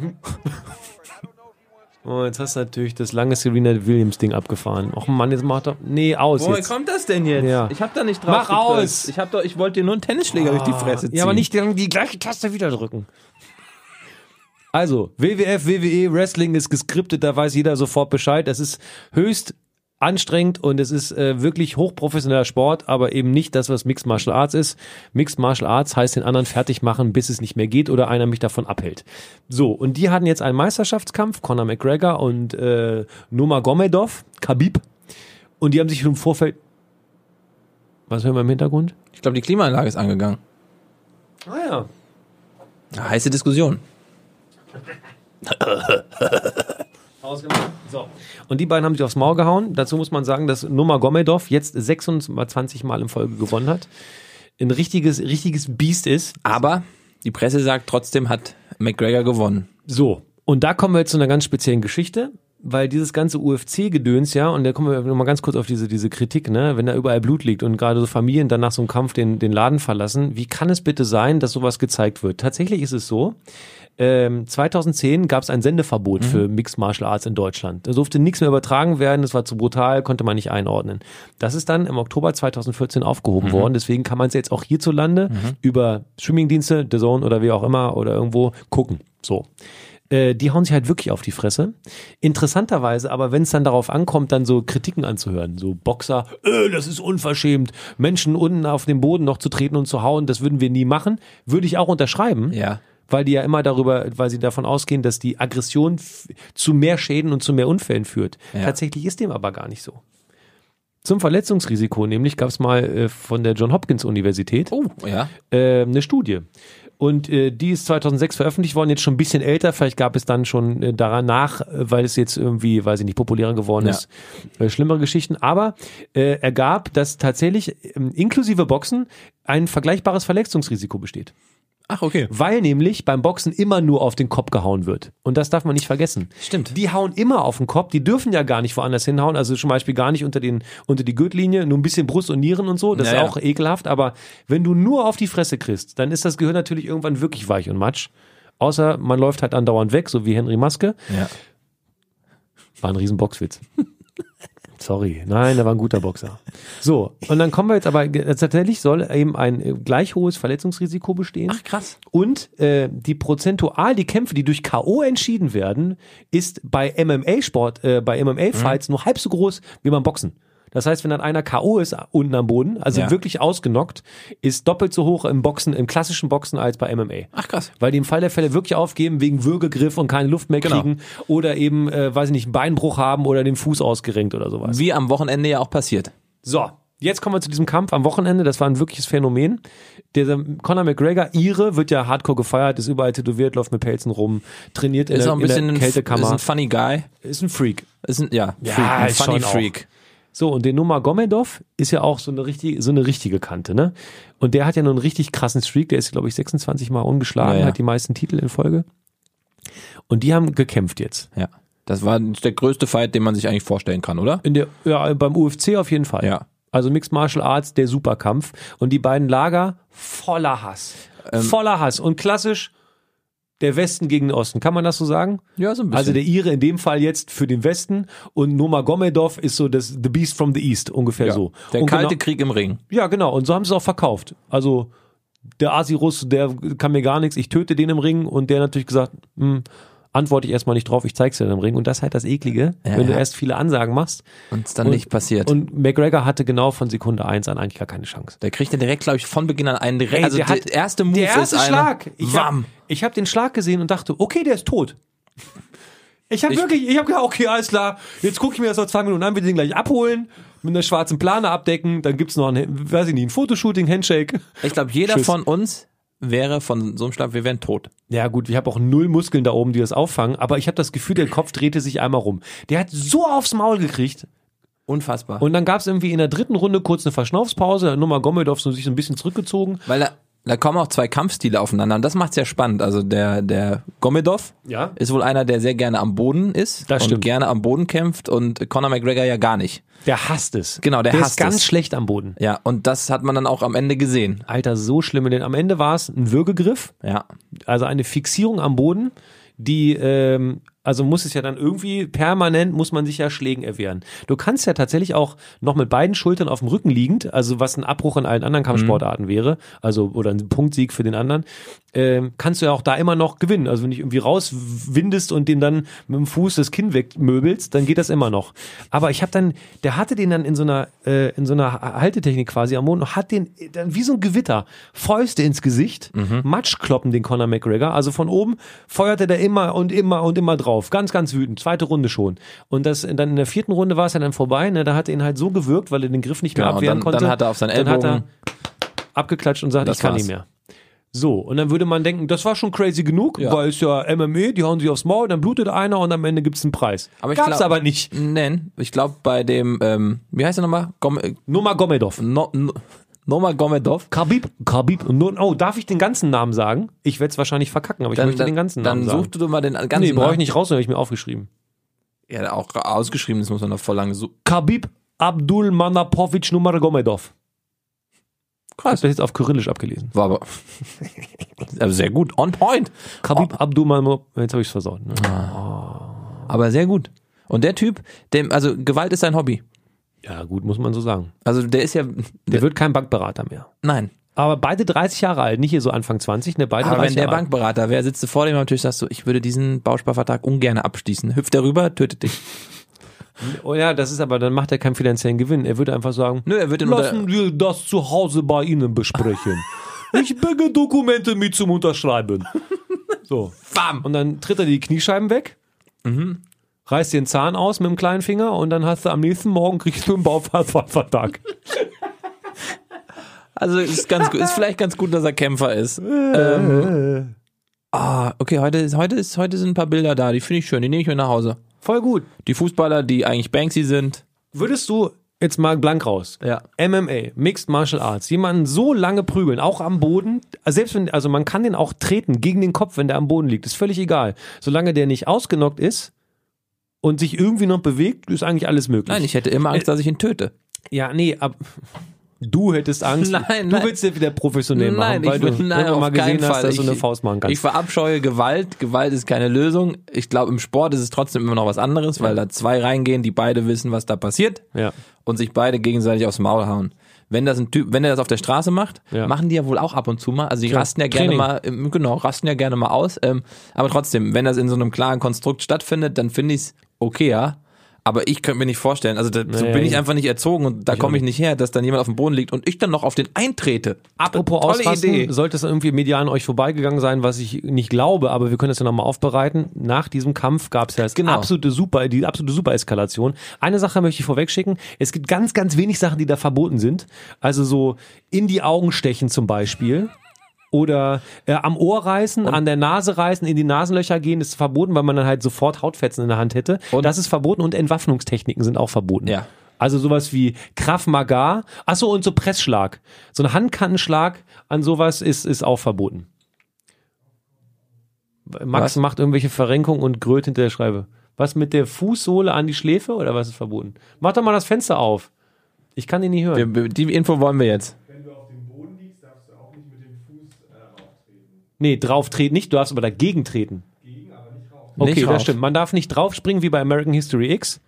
Speaker 2: Oh, jetzt hast du natürlich das lange Serena Williams Ding abgefahren. Och Mann, jetzt macht er. Nee, aus
Speaker 1: Woher
Speaker 2: jetzt.
Speaker 1: kommt das denn jetzt?
Speaker 2: Ja.
Speaker 1: Ich hab da nicht
Speaker 2: Mach
Speaker 1: drauf. gedrückt.
Speaker 2: aus!
Speaker 1: Ich hab doch, ich wollte dir nur einen Tennisschläger durch die Fresse ziehen.
Speaker 2: Ah, Ja, aber nicht die, die gleiche Taste wieder drücken. E, Also, WWF, WWE, Wrestling ist geskriptet, da weiß jeder sofort Bescheid. Es ist höchst anstrengend und es ist äh, wirklich hochprofessioneller Sport, aber eben nicht das, was Mixed Martial Arts ist. Mixed Martial Arts heißt den anderen fertig machen, bis es nicht mehr geht oder einer mich davon abhält. So, und die hatten jetzt einen Meisterschaftskampf, Conor McGregor und äh, Nurmagomedov, Khabib. Und die haben sich im Vorfeld... Was hören wir im Hintergrund?
Speaker 1: Ich glaube, die Klimaanlage ist angegangen.
Speaker 2: Ah ja.
Speaker 1: Heiße Diskussion.
Speaker 2: Ausgemacht. So. Und die beiden haben sich aufs Maul gehauen. Dazu muss man sagen, dass Nurmagomedov jetzt 26 Mal in Folge gewonnen hat. Ein richtiges, richtiges Biest ist.
Speaker 1: Aber die Presse sagt, trotzdem hat McGregor gewonnen.
Speaker 2: So. Und da kommen wir jetzt zu einer ganz speziellen Geschichte, weil dieses ganze UFC-Gedöns, ja, und da kommen wir nochmal ganz kurz auf diese, diese Kritik, ne, wenn da überall Blut liegt und gerade so Familien dann nach so einem Kampf den, den Laden verlassen, wie kann es bitte sein, dass sowas gezeigt wird? Tatsächlich ist es so, ähm, 2010 gab es ein Sendeverbot für Mixed Martial Arts in Deutschland. Da durfte nichts mehr übertragen werden, das war zu brutal, konnte man nicht einordnen. Das ist dann im Oktober 2014 aufgehoben worden, deswegen kann man es jetzt auch hierzulande über Streamingdienste, The Zone oder wie auch immer oder irgendwo gucken. So. Äh, Die hauen sich halt wirklich auf die Fresse. Interessanterweise, aber wenn es dann darauf ankommt, dann so Kritiken anzuhören, so Boxer, äh, das ist unverschämt, Menschen unten auf dem Boden noch zu treten und zu hauen, das würden wir nie machen, würde ich auch unterschreiben
Speaker 1: Ja.
Speaker 2: weil die ja immer darüber, weil sie davon ausgehen, dass die Aggression f- zu mehr Schäden und zu mehr Unfällen führt.
Speaker 1: Ja.
Speaker 2: Tatsächlich ist dem aber gar nicht so. Zum Verletzungsrisiko nämlich gab es mal äh, von der John Hopkins Universität
Speaker 1: Oh, ja.
Speaker 2: äh, eine Studie. Und äh, die ist 2006 veröffentlicht worden, jetzt schon ein bisschen älter. Vielleicht gab es dann schon äh, danach, äh, weil es jetzt irgendwie, weiß ich nicht, populärer geworden
Speaker 1: Ja.
Speaker 2: ist, äh, schlimmere Geschichten. Aber äh, ergab, dass tatsächlich ähm, inklusive Boxen ein vergleichbares Verletzungsrisiko besteht
Speaker 1: Ach, okay.
Speaker 2: weil nämlich beim Boxen immer nur auf den Kopf gehauen wird. Und das darf man nicht vergessen.
Speaker 1: Stimmt.
Speaker 2: Die hauen immer auf den Kopf, die dürfen ja gar nicht woanders hinhauen, also zum Beispiel gar nicht unter, den, unter die Gürtellinie, nur ein bisschen Brust und Nieren und so, das
Speaker 1: Naja.
Speaker 2: ist auch ekelhaft, aber wenn du nur auf die Fresse kriegst, dann ist das Gehirn natürlich irgendwann wirklich weich und matsch. Außer man läuft halt andauernd weg, so wie Henry Maske.
Speaker 1: Ja.
Speaker 2: War ein riesen Boxwitz. Sorry, nein, er war ein guter Boxer. So, und dann kommen wir jetzt aber, tatsächlich soll eben ein äh, gleich hohes Verletzungsrisiko bestehen.
Speaker 1: Ach, krass.
Speaker 2: Und äh, die prozentual die Kämpfe, die durch KO entschieden werden, ist bei MMA-Sport, äh, bei
Speaker 1: Mhm.
Speaker 2: MMA-Fights nur halb so groß wie beim Boxen. Das heißt, wenn dann einer KO ist äh, unten am Boden, also
Speaker 1: Ja.
Speaker 2: wirklich ausgenockt, ist doppelt so hoch im Boxen, im klassischen Boxen als bei MMA.
Speaker 1: Ach, krass.
Speaker 2: Weil die im Fall der Fälle wirklich aufgeben wegen Würgegriff und keine Luft mehr
Speaker 1: Genau.
Speaker 2: kriegen oder eben, äh, weiß ich nicht, einen Beinbruch haben oder den Fuß ausgerenkt oder sowas.
Speaker 1: Wie am Wochenende ja auch passiert.
Speaker 2: So, jetzt kommen wir zu diesem Kampf am Wochenende. Das war ein wirkliches Phänomen. Der Conor McGregor, ihre, wird ja hardcore gefeiert, ist überall tätowiert, läuft mit Pelzen rum, trainiert in,
Speaker 1: Ist
Speaker 2: der,
Speaker 1: auch ein bisschen ein,
Speaker 2: in der
Speaker 1: ist
Speaker 2: Kältekammer.
Speaker 1: ein funny guy.
Speaker 2: Ist ein Freak.
Speaker 1: Ist ein, ja,
Speaker 2: Ja,
Speaker 1: Freak, ein
Speaker 2: ist
Speaker 1: funny
Speaker 2: schon auch.
Speaker 1: Freak.
Speaker 2: So, und den Nummer Gomedov ist ja auch so eine richtige, so eine richtige Kante, ne? Und der hat ja nur einen richtig krassen Streak, der ist, glaube ich, 26 Mal ungeschlagen,
Speaker 1: Naja.
Speaker 2: hat die meisten Titel in Folge. Und die haben gekämpft jetzt.
Speaker 1: Ja. Das war der größte Fight, den man sich eigentlich vorstellen kann, oder?
Speaker 2: In der, ja, beim UFC auf jeden Fall.
Speaker 1: Ja.
Speaker 2: Also Mixed Martial Arts, der Superkampf. Und die beiden Lager voller Hass.
Speaker 1: Ähm,
Speaker 2: voller Hass. Und klassisch der Westen gegen den Osten. Kann man das so sagen?
Speaker 1: Ja, so ein bisschen.
Speaker 2: Also der Ire in dem Fall jetzt für den Westen und Nomagomedov ist so das The Beast from the East, ungefähr
Speaker 1: ja.
Speaker 2: so.
Speaker 1: Der
Speaker 2: und
Speaker 1: kalte
Speaker 2: genau,
Speaker 1: Krieg im Ring.
Speaker 2: ja, genau. Und so haben sie es auch verkauft. Also der Asi-Russ, der kann mir gar nichts, ich töte den im Ring und der natürlich gesagt, hm, antworte ich erstmal nicht drauf, ich zeig's dir im Ring. Und das ist halt das Eklige,
Speaker 1: Ja,
Speaker 2: wenn du
Speaker 1: ja.
Speaker 2: erst viele Ansagen machst.
Speaker 1: Und es dann
Speaker 2: Und-
Speaker 1: nicht passiert.
Speaker 2: Und McGregor hatte genau von Sekunde eins an eigentlich gar keine Chance.
Speaker 1: der kriegt ja direkt, glaube ich, von Beginn an einen direkt.
Speaker 2: Ey,
Speaker 1: also
Speaker 2: der
Speaker 1: der,
Speaker 2: hat-
Speaker 1: erste Move
Speaker 2: Der erste
Speaker 1: ist einer,
Speaker 2: Schlag. Ich habe
Speaker 1: Wam.
Speaker 2: hab den Schlag gesehen und dachte, okay, der ist tot. Ich habe
Speaker 1: Ich-
Speaker 2: wirklich, ich habe gedacht, okay, alles klar, jetzt gucke ich mir das noch zwei Minuten an, wir den gleich abholen, mit einer schwarzen Plane abdecken, dann gibt's noch ein, weiß ich nicht, ein Fotoshooting, Handshake.
Speaker 1: Ich glaube, jeder
Speaker 2: Tschüss.
Speaker 1: von uns wäre von so einem Schlag, wir wären tot.
Speaker 2: Ja gut, ich habe auch null Muskeln da oben, die das auffangen, aber ich habe das Gefühl, der Kopf drehte sich einmal rum. Der hat so aufs Maul gekriegt
Speaker 1: Unfassbar.
Speaker 2: und dann gab's irgendwie in der dritten Runde kurz eine Verschnaufspause, dann nochmal Gomedov so sich so ein bisschen zurückgezogen.
Speaker 1: Weil da, da kommen auch zwei Kampfstile aufeinander und das macht's ja spannend. Also der, der Gomedov
Speaker 2: Ja.
Speaker 1: ist wohl einer, der sehr gerne am Boden ist
Speaker 2: Das
Speaker 1: und
Speaker 2: stimmt.
Speaker 1: gerne am Boden kämpft und Conor McGregor ja gar nicht.
Speaker 2: Der hasst es.
Speaker 1: Genau, der
Speaker 2: der
Speaker 1: hasst
Speaker 2: ist ganz
Speaker 1: es.
Speaker 2: schlecht am Boden.
Speaker 1: Ja, und das hat man dann auch am Ende gesehen.
Speaker 2: Alter, so schlimm. Denn am Ende war es ein Würgegriff,
Speaker 1: Ja.
Speaker 2: also eine Fixierung am Boden, die ähm, Also muss es ja dann irgendwie permanent, muss man sich ja Schlägen erwehren. Du kannst ja tatsächlich auch noch mit beiden Schultern auf dem Rücken liegend, also was ein Abbruch in allen anderen
Speaker 1: Mhm.
Speaker 2: Kampfsportarten wäre, also oder ein Punktsieg für den anderen, ähm, kannst du ja auch da immer noch gewinnen. Also wenn du dich irgendwie rauswindest und dem dann mit dem Fuß das Kinn wegmöbelst, dann geht das immer noch. Aber ich habe dann, der hatte den dann in so einer, äh, in so einer Haltetechnik quasi am Mond und hat den äh, dann wie so ein Gewitter, Fäuste ins Gesicht,
Speaker 1: Mhm.
Speaker 2: Matschkloppen den Conor McGregor. Also von oben feuerte der immer und immer und immer drauf. Ganz, ganz wütend. Zweite Runde schon. Und das dann in der vierten Runde war es ja dann vorbei. Ne? Da hat er ihn halt so gewirkt, weil er den Griff nicht mehr
Speaker 1: Genau, und
Speaker 2: abwehren
Speaker 1: dann-
Speaker 2: konnte.
Speaker 1: dann hat er auf seinen
Speaker 2: Dann hat er
Speaker 1: Ellbogen-
Speaker 2: abgeklatscht und sagt,
Speaker 1: Das
Speaker 2: ich kann
Speaker 1: war's.
Speaker 2: nicht mehr. So, und dann würde man denken, das war schon crazy genug,
Speaker 1: Ja.
Speaker 2: weil es ja MMA, die hauen sich aufs Maul, dann blutet einer und am Ende gibt's einen Preis.
Speaker 1: Aber ich
Speaker 2: Gab's
Speaker 1: glaub-
Speaker 2: aber nicht.
Speaker 1: Nein, ich glaube bei dem, ähm, wie heißt er nochmal? Gom äh,
Speaker 2: Noma Gomedov.
Speaker 1: no, no, Noma Gomedov.
Speaker 2: Khabib, Khabib. Und nun- Oh, darf ich den ganzen Namen sagen? Ich werde es wahrscheinlich verkacken, aber ich möchte den ganzen Namen
Speaker 1: dann
Speaker 2: sagen.
Speaker 1: suchst du mal den ganzen
Speaker 2: nee, brauche ich
Speaker 1: Namen.
Speaker 2: nicht raus, habe ich mir aufgeschrieben.
Speaker 1: Ja, auch ausgeschrieben, das muss man noch voll lange suchen.
Speaker 2: Khabib Abdul Manapovic Numargomedov. Krass. Das jetzt auf Kyrillisch abgelesen.
Speaker 1: War aber, aber sehr gut, on point.
Speaker 2: Khabib
Speaker 1: Ah.
Speaker 2: Abdul Manapovic, jetzt habe ich es versaut.
Speaker 1: Hm.
Speaker 2: Ne?
Speaker 1: Aber sehr gut. Und der Typ, dem, also Gewalt ist sein Hobby.
Speaker 2: Ja gut, muss man so sagen.
Speaker 1: Also der ist ja,
Speaker 2: Der wird kein Bankberater mehr.
Speaker 1: nein.
Speaker 2: Aber beide 30 Jahre alt, nicht hier so Anfang 20, ne? Beide
Speaker 1: Aber
Speaker 2: 30
Speaker 1: wenn der
Speaker 2: Jahre alt.
Speaker 1: Bankberater wäre, sitzt du vor dem am Tisch, sagst du, ich würde diesen Bausparvertrag ungern abschließen. Hüpft er rüber, tötet dich.
Speaker 2: Oh ja, das ist aber, dann macht er keinen finanziellen Gewinn. Er würde einfach sagen,
Speaker 1: Nö, er wird den
Speaker 2: lassen wir das zu Hause bei Ihnen besprechen. ich bringe Dokumente mit zum Unterschreiben. So.
Speaker 1: Bam! Mhm.
Speaker 2: Und dann tritt er die Kniescheiben weg, reißt den Zahn aus mit dem kleinen Finger und dann hast du am nächsten Morgen kriegst du einen Bauvertrag.
Speaker 1: Also ist ganz gut, ist vielleicht ganz gut, dass er Kämpfer ist. ähm, ah, okay, heute ist, heute ist, heute sind ein paar Bilder da, die finde ich schön, die nehme ich mir nach Hause.
Speaker 2: Voll gut.
Speaker 1: Die Fußballer, die eigentlich Banksy sind.
Speaker 2: Würdest du jetzt mal blank raus?
Speaker 1: Ja.
Speaker 2: MMA, Mixed Martial Arts, jemanden so lange prügeln, auch am Boden, selbst wenn, also man kann den auch treten gegen den Kopf, wenn der am Boden liegt, ist völlig egal. Solange der nicht ausgenockt ist und sich irgendwie noch bewegt, ist eigentlich alles möglich.
Speaker 1: Nein, ich hätte immer Angst, dass ich ihn töte.
Speaker 2: Ja, nee, ab. Du hättest Angst.
Speaker 1: Nein,
Speaker 2: du
Speaker 1: nein.
Speaker 2: willst ja wieder professionell machen,
Speaker 1: Nein,
Speaker 2: weil
Speaker 1: ich
Speaker 2: du
Speaker 1: will- nein,
Speaker 2: irgendwann
Speaker 1: auf
Speaker 2: mal gesehen
Speaker 1: keinen
Speaker 2: hast,
Speaker 1: Fall.
Speaker 2: dass du
Speaker 1: Ich-
Speaker 2: eine Faust machen
Speaker 1: Ich
Speaker 2: kannst.
Speaker 1: verabscheue Gewalt. Gewalt ist keine Lösung. Ich glaube, im Sport ist es trotzdem immer noch was anderes, weil da zwei reingehen, die beide wissen, was da passiert
Speaker 2: Ja.
Speaker 1: und sich beide gegenseitig aufs Maul hauen. Wenn das ein Typ, wenn er das auf der Straße macht,
Speaker 2: Ja.
Speaker 1: machen die ja wohl auch ab und zu mal. Also die
Speaker 2: Klar,
Speaker 1: rasten ja gerne
Speaker 2: Training.
Speaker 1: mal, ähm, genau, rasten ja gerne mal aus. Ähm, aber trotzdem, wenn das in so einem klaren Konstrukt stattfindet, dann finde ich es okay, ja. Aber ich könnte mir nicht vorstellen, also da, so
Speaker 2: Naja,
Speaker 1: bin ich
Speaker 2: eben.
Speaker 1: einfach nicht erzogen und da komme ich nicht her, dass dann jemand auf dem Boden liegt und ich dann noch auf den eintrete.
Speaker 2: Apropos
Speaker 1: Tolle
Speaker 2: ausrasten,
Speaker 1: Idee.
Speaker 2: sollte es irgendwie medial an euch vorbeigegangen sein, was ich nicht glaube, aber wir können das ja nochmal aufbereiten. Nach diesem Kampf gab es ja das
Speaker 1: Genau.
Speaker 2: absolute Super, die absolute Super-Eskalation. Eine Sache möchte ich vorwegschicken. Es gibt ganz, ganz wenig Sachen, die da verboten sind. Also so in die Augen stechen zum Beispiel. Oder äh, am Ohr reißen, an der Nase reißen, in die Nasenlöcher gehen, ist verboten, weil man dann halt sofort Hautfetzen in der Hand hätte.
Speaker 1: Und-
Speaker 2: das ist verboten und Entwaffnungstechniken sind auch verboten.
Speaker 1: Ja.
Speaker 2: Also sowas wie Krav Maga. Achso, und so Pressschlag. So ein Handkantenschlag an sowas ist, ist auch verboten.
Speaker 1: Was?
Speaker 2: Max macht irgendwelche Verrenkungen und grölt hinter der Schreibe. Was mit der Fußsohle an die Schläfe oder was ist verboten? Mach doch mal das Fenster auf. Ich kann ihn nicht hören.
Speaker 1: Wir- wir- Die Info wollen wir jetzt.
Speaker 3: Wenn du auf dem Boden liegst, darfst du auch nicht mit dem Fuß äh, auftreten.
Speaker 2: nee, drauf treten nicht, du darfst aber dagegen treten.
Speaker 3: Gegen, aber nicht rauf.
Speaker 1: Nicht
Speaker 2: Okay,
Speaker 1: drauf.
Speaker 2: das stimmt. Man darf nicht draufspringen wie bei American History X.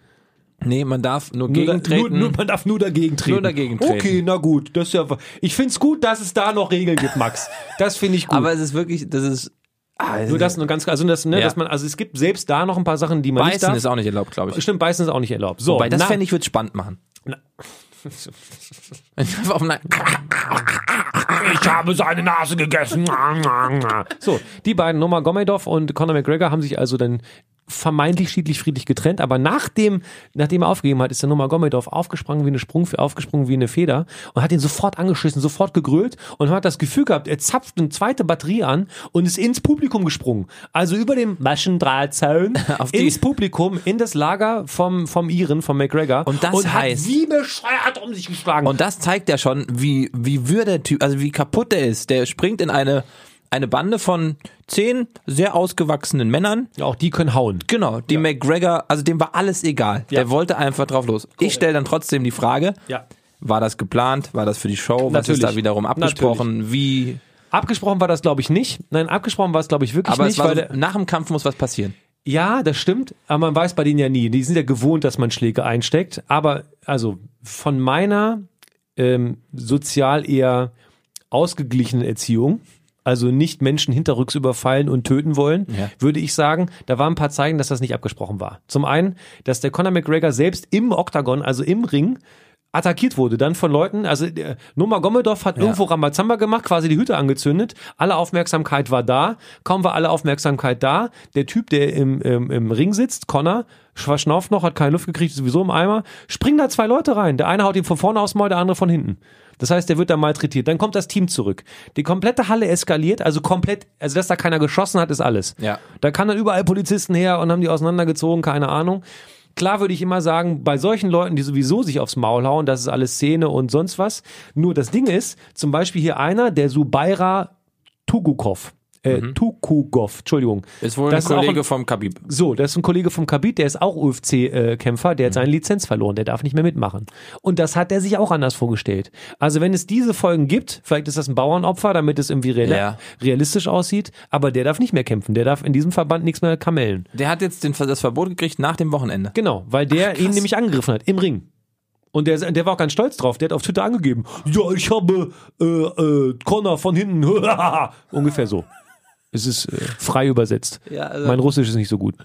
Speaker 1: Nee, man darf nur,
Speaker 2: Nur da-
Speaker 1: gegentreten.
Speaker 2: Nur, nur, man darf nur dagegen treten.
Speaker 1: Nur dagegen treten.
Speaker 2: Okay, na gut. Das ist ja, ich find's gut, dass es da noch Regeln gibt, Max. Das finde ich gut.
Speaker 1: aber es ist wirklich, das ist. Ah, es
Speaker 2: Nur
Speaker 1: ist-
Speaker 2: das nur ganz, also das, ne,
Speaker 1: Ja.
Speaker 2: dass man, also es gibt selbst da noch ein paar Sachen, die man
Speaker 1: Beißen
Speaker 2: nicht
Speaker 1: ist
Speaker 2: darf.
Speaker 1: auch nicht erlaubt, glaube ich.
Speaker 2: Stimmt, beißen ist auch nicht erlaubt. So,
Speaker 1: Wobei, das
Speaker 2: na-
Speaker 1: fände ich, würde spannend machen. Einfach auf einen-
Speaker 2: ich habe seine Nase gegessen. so, die beiden, Noma Gomedov und Conor McGregor, haben sich also dann vermeintlich schiedlich friedlich getrennt, aber nachdem, nachdem er aufgegeben hat, ist der Noma Gomedov aufgesprungen wie eine Sprung, aufgesprungen wie eine Feder und hat ihn sofort angeschissen, sofort gegrölt und hat das Gefühl gehabt, er zapft eine zweite Batterie an und ist ins Publikum gesprungen. Also über dem Maschendrahtzaun
Speaker 1: Auf die-
Speaker 2: ins Publikum, in das Lager vom, vom Iren, vom McGregor
Speaker 1: Und das heißt-
Speaker 2: hat wie bescheuert um sich geschlagen.
Speaker 1: Und das zeigt ja schon, wie, wie wirr der Typ, also wie kaputt der ist. Der springt in eine, eine Bande von zehn sehr ausgewachsenen Männern.
Speaker 2: auch die können hauen.
Speaker 1: Genau, die McGregor, also dem war alles egal.
Speaker 2: Ja.
Speaker 1: Der wollte einfach drauf los. Ich stelle dann trotzdem die Frage,
Speaker 2: Ja.
Speaker 1: war das geplant? War das für die Show? Was ist
Speaker 2: Natürlich.
Speaker 1: da wiederum abgesprochen? Wie?
Speaker 2: Abgesprochen war das, glaube ich, nicht. Nein, abgesprochen war es, glaube ich, wirklich
Speaker 1: Aber
Speaker 2: nicht,
Speaker 1: es war
Speaker 2: weil
Speaker 1: so,
Speaker 2: der,
Speaker 1: nach dem Kampf muss was passieren.
Speaker 2: Ja, das stimmt, aber man weiß bei denen ja nie. Die sind ja gewohnt, dass man Schläge einsteckt. Aber also von meiner ähm, sozial eher ausgeglichenen Erziehung, also nicht Menschen hinterrücks überfallen und töten wollen,
Speaker 1: Ja.
Speaker 2: würde ich sagen, da waren ein paar Zeichen, dass das nicht abgesprochen war. Zum einen, dass der Conor McGregor selbst im Oktagon, also im Ring, attackiert wurde, dann von Leuten, also äh, Noma Gomedov hat irgendwo Rambazamba gemacht, quasi die Hüte angezündet, alle Aufmerksamkeit war da, kaum war alle Aufmerksamkeit da, der Typ, der im, im, im Ring sitzt, Connor, verschnauft noch, hat keine Luft gekriegt, ist sowieso im Eimer, springen da zwei Leute rein, der eine haut ihm von vorne aus Maul, der andere von hinten. Das heißt, der wird da malträtiert. Dann kommt das Team zurück. Die komplette Halle eskaliert, also komplett, also dass da keiner geschossen hat, ist alles.
Speaker 1: Ja.
Speaker 2: Da kamen dann überall Polizisten her und haben die auseinandergezogen, keine Ahnung. Klar würde ich immer sagen, bei solchen Leuten, die sowieso sich aufs Maul hauen, das ist alles Szene und sonst was. Nur das Ding ist, zum Beispiel hier einer, der Subaira Tugukov, äh, Tukugov, Entschuldigung.
Speaker 1: Mhm. Ist wohl
Speaker 2: Das
Speaker 1: ein Kollege
Speaker 2: auch ein,
Speaker 1: vom Kabib.
Speaker 2: so, das ist ein Kollege vom Kabit, der ist auch UFC-Kämpfer, äh,
Speaker 1: Mhm.
Speaker 2: der hat seine Lizenz verloren, der darf nicht mehr mitmachen. Und das hat er sich auch anders vorgestellt. Also wenn es diese Folgen gibt, vielleicht ist das ein Bauernopfer, damit es irgendwie real
Speaker 1: Ja.
Speaker 2: realistisch aussieht, aber der darf nicht mehr kämpfen, der darf in diesem Verband nichts mehr kamellen.
Speaker 1: Der hat jetzt den, das Verbot gekriegt nach dem Wochenende.
Speaker 2: Genau, weil der ihn nämlich angegriffen hat im Ring. Und der, der war auch ganz stolz drauf. Der hat auf Twitter angegeben: Ja, ich habe äh, äh, Connor von hinten. Ungefähr so. Es ist äh, frei übersetzt.
Speaker 1: Ja, also-
Speaker 2: mein Russisch ist nicht so gut.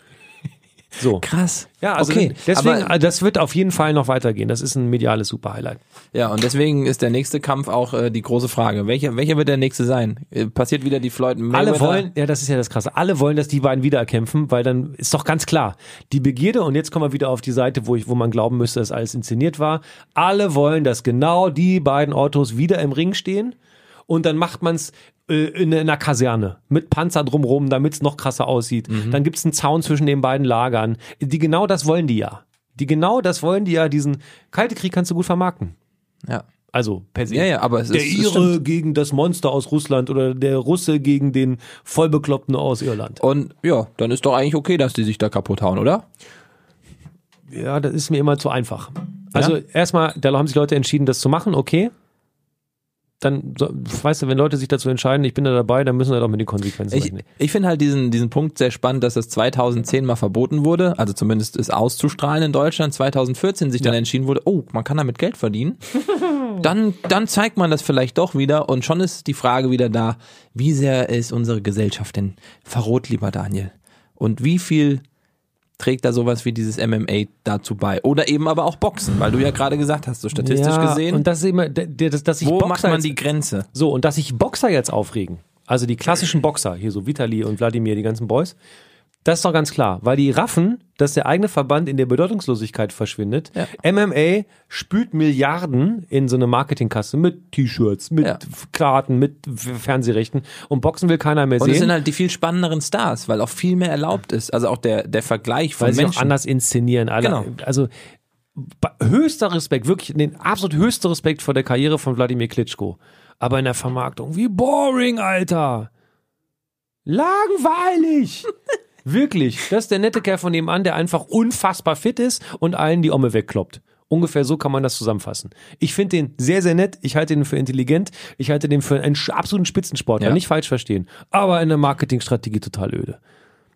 Speaker 2: So.
Speaker 1: Krass.
Speaker 2: Ja, also
Speaker 1: okay.
Speaker 2: deswegen,
Speaker 1: aber,
Speaker 2: äh, das wird auf jeden Fall noch weitergehen. Das ist ein mediales Super-Highlight.
Speaker 1: ja, und deswegen ist der nächste Kampf auch äh, die große Frage. Welcher, welcher wird der nächste sein? Äh, Passiert wieder die Floyd Mayweather?
Speaker 2: Alle wollen, ja, das ist ja das Krasse. Alle wollen, dass die beiden wieder kämpfen, weil dann ist doch ganz klar, die Begierde, und jetzt kommen wir wieder auf die Seite, wo ich, wo man glauben müsste, dass alles inszeniert war. Alle wollen, dass genau die beiden Autos wieder im Ring stehen. Und dann macht man es äh, in einer Kaserne mit Panzer drumrum, damit es noch krasser aussieht.
Speaker 1: Mhm.
Speaker 2: Dann gibt es einen Zaun zwischen den beiden Lagern. Die genau das wollen die ja. Die genau das wollen die ja. Diesen Kalte Krieg kannst du gut vermarkten.
Speaker 1: Ja.
Speaker 2: Also per se.
Speaker 1: Ja, ja, aber es
Speaker 2: der
Speaker 1: ist- es
Speaker 2: Ire gegen das Monster aus Russland oder der Russe gegen den Vollbekloppten aus Irland.
Speaker 1: Und ja, dann ist doch eigentlich okay, dass die sich da kaputt hauen, oder?
Speaker 2: Ja, das ist mir immer zu einfach. Also erstmal, da haben sich Leute entschieden, das zu machen, okay. Dann, so, weißt du, wenn Leute sich dazu entscheiden, ich bin da dabei, dann müssen wir doch mit den Konsequenzen
Speaker 1: Ich,
Speaker 2: rechnen.
Speaker 1: ich finde halt diesen, diesen Punkt sehr spannend, dass das 2010 mal verboten wurde, also zumindest es auszustrahlen in Deutschland, 2014 sich dann entschieden wurde, oh, man kann damit Geld verdienen. dann, dann zeigt man das vielleicht doch wieder und schon ist die Frage wieder da, wie sehr ist unsere Gesellschaft denn verrot, lieber Daniel? Und wie viel trägt da sowas wie dieses MMA dazu bei? Oder eben aber auch Boxen, weil du ja gerade gesagt hast, so statistisch
Speaker 2: ja,
Speaker 1: gesehen,
Speaker 2: Und das ist immer, der- der- das, dass ich
Speaker 1: wo
Speaker 2: Boxer
Speaker 1: macht man
Speaker 2: jetzt-
Speaker 1: die Grenze?
Speaker 2: So, und dass sich Boxer jetzt aufregen, also die klassischen Boxer, hier so Vitali und Wladimir, die ganzen Boys, das ist doch ganz klar, weil die raffen, dass der eigene Verband in der Bedeutungslosigkeit verschwindet. MMA spült Milliarden in so eine Marketingkasse mit T-Shirts, mit
Speaker 1: Ja.
Speaker 2: Karten, mit Fernsehrechten und Boxen will keiner mehr
Speaker 1: Und es sind
Speaker 2: sehen,
Speaker 1: halt die viel spannenderen Stars, weil auch viel mehr erlaubt ist. Also auch der, der Vergleich von
Speaker 2: weil sie auch
Speaker 1: Menschen.
Speaker 2: anders inszenieren. Alle,
Speaker 1: Genau.
Speaker 2: Also ba- höchster Respekt, wirklich den absolut höchsten Respekt vor der Karriere von Wladimir Klitschko. Aber in der Vermarktung, wie boring, Alter. Langweilig. Wirklich. Das ist der nette Kerl von nebenan, der einfach unfassbar fit ist und allen die Omme wegkloppt. Ungefähr so kann man das zusammenfassen. Ich finde den sehr, sehr nett. Ich halte den für intelligent. Ich halte den für einen sch- absoluten Spitzensportler.
Speaker 1: Ja.
Speaker 2: Nicht falsch verstehen. Aber in der Marketingstrategie total öde.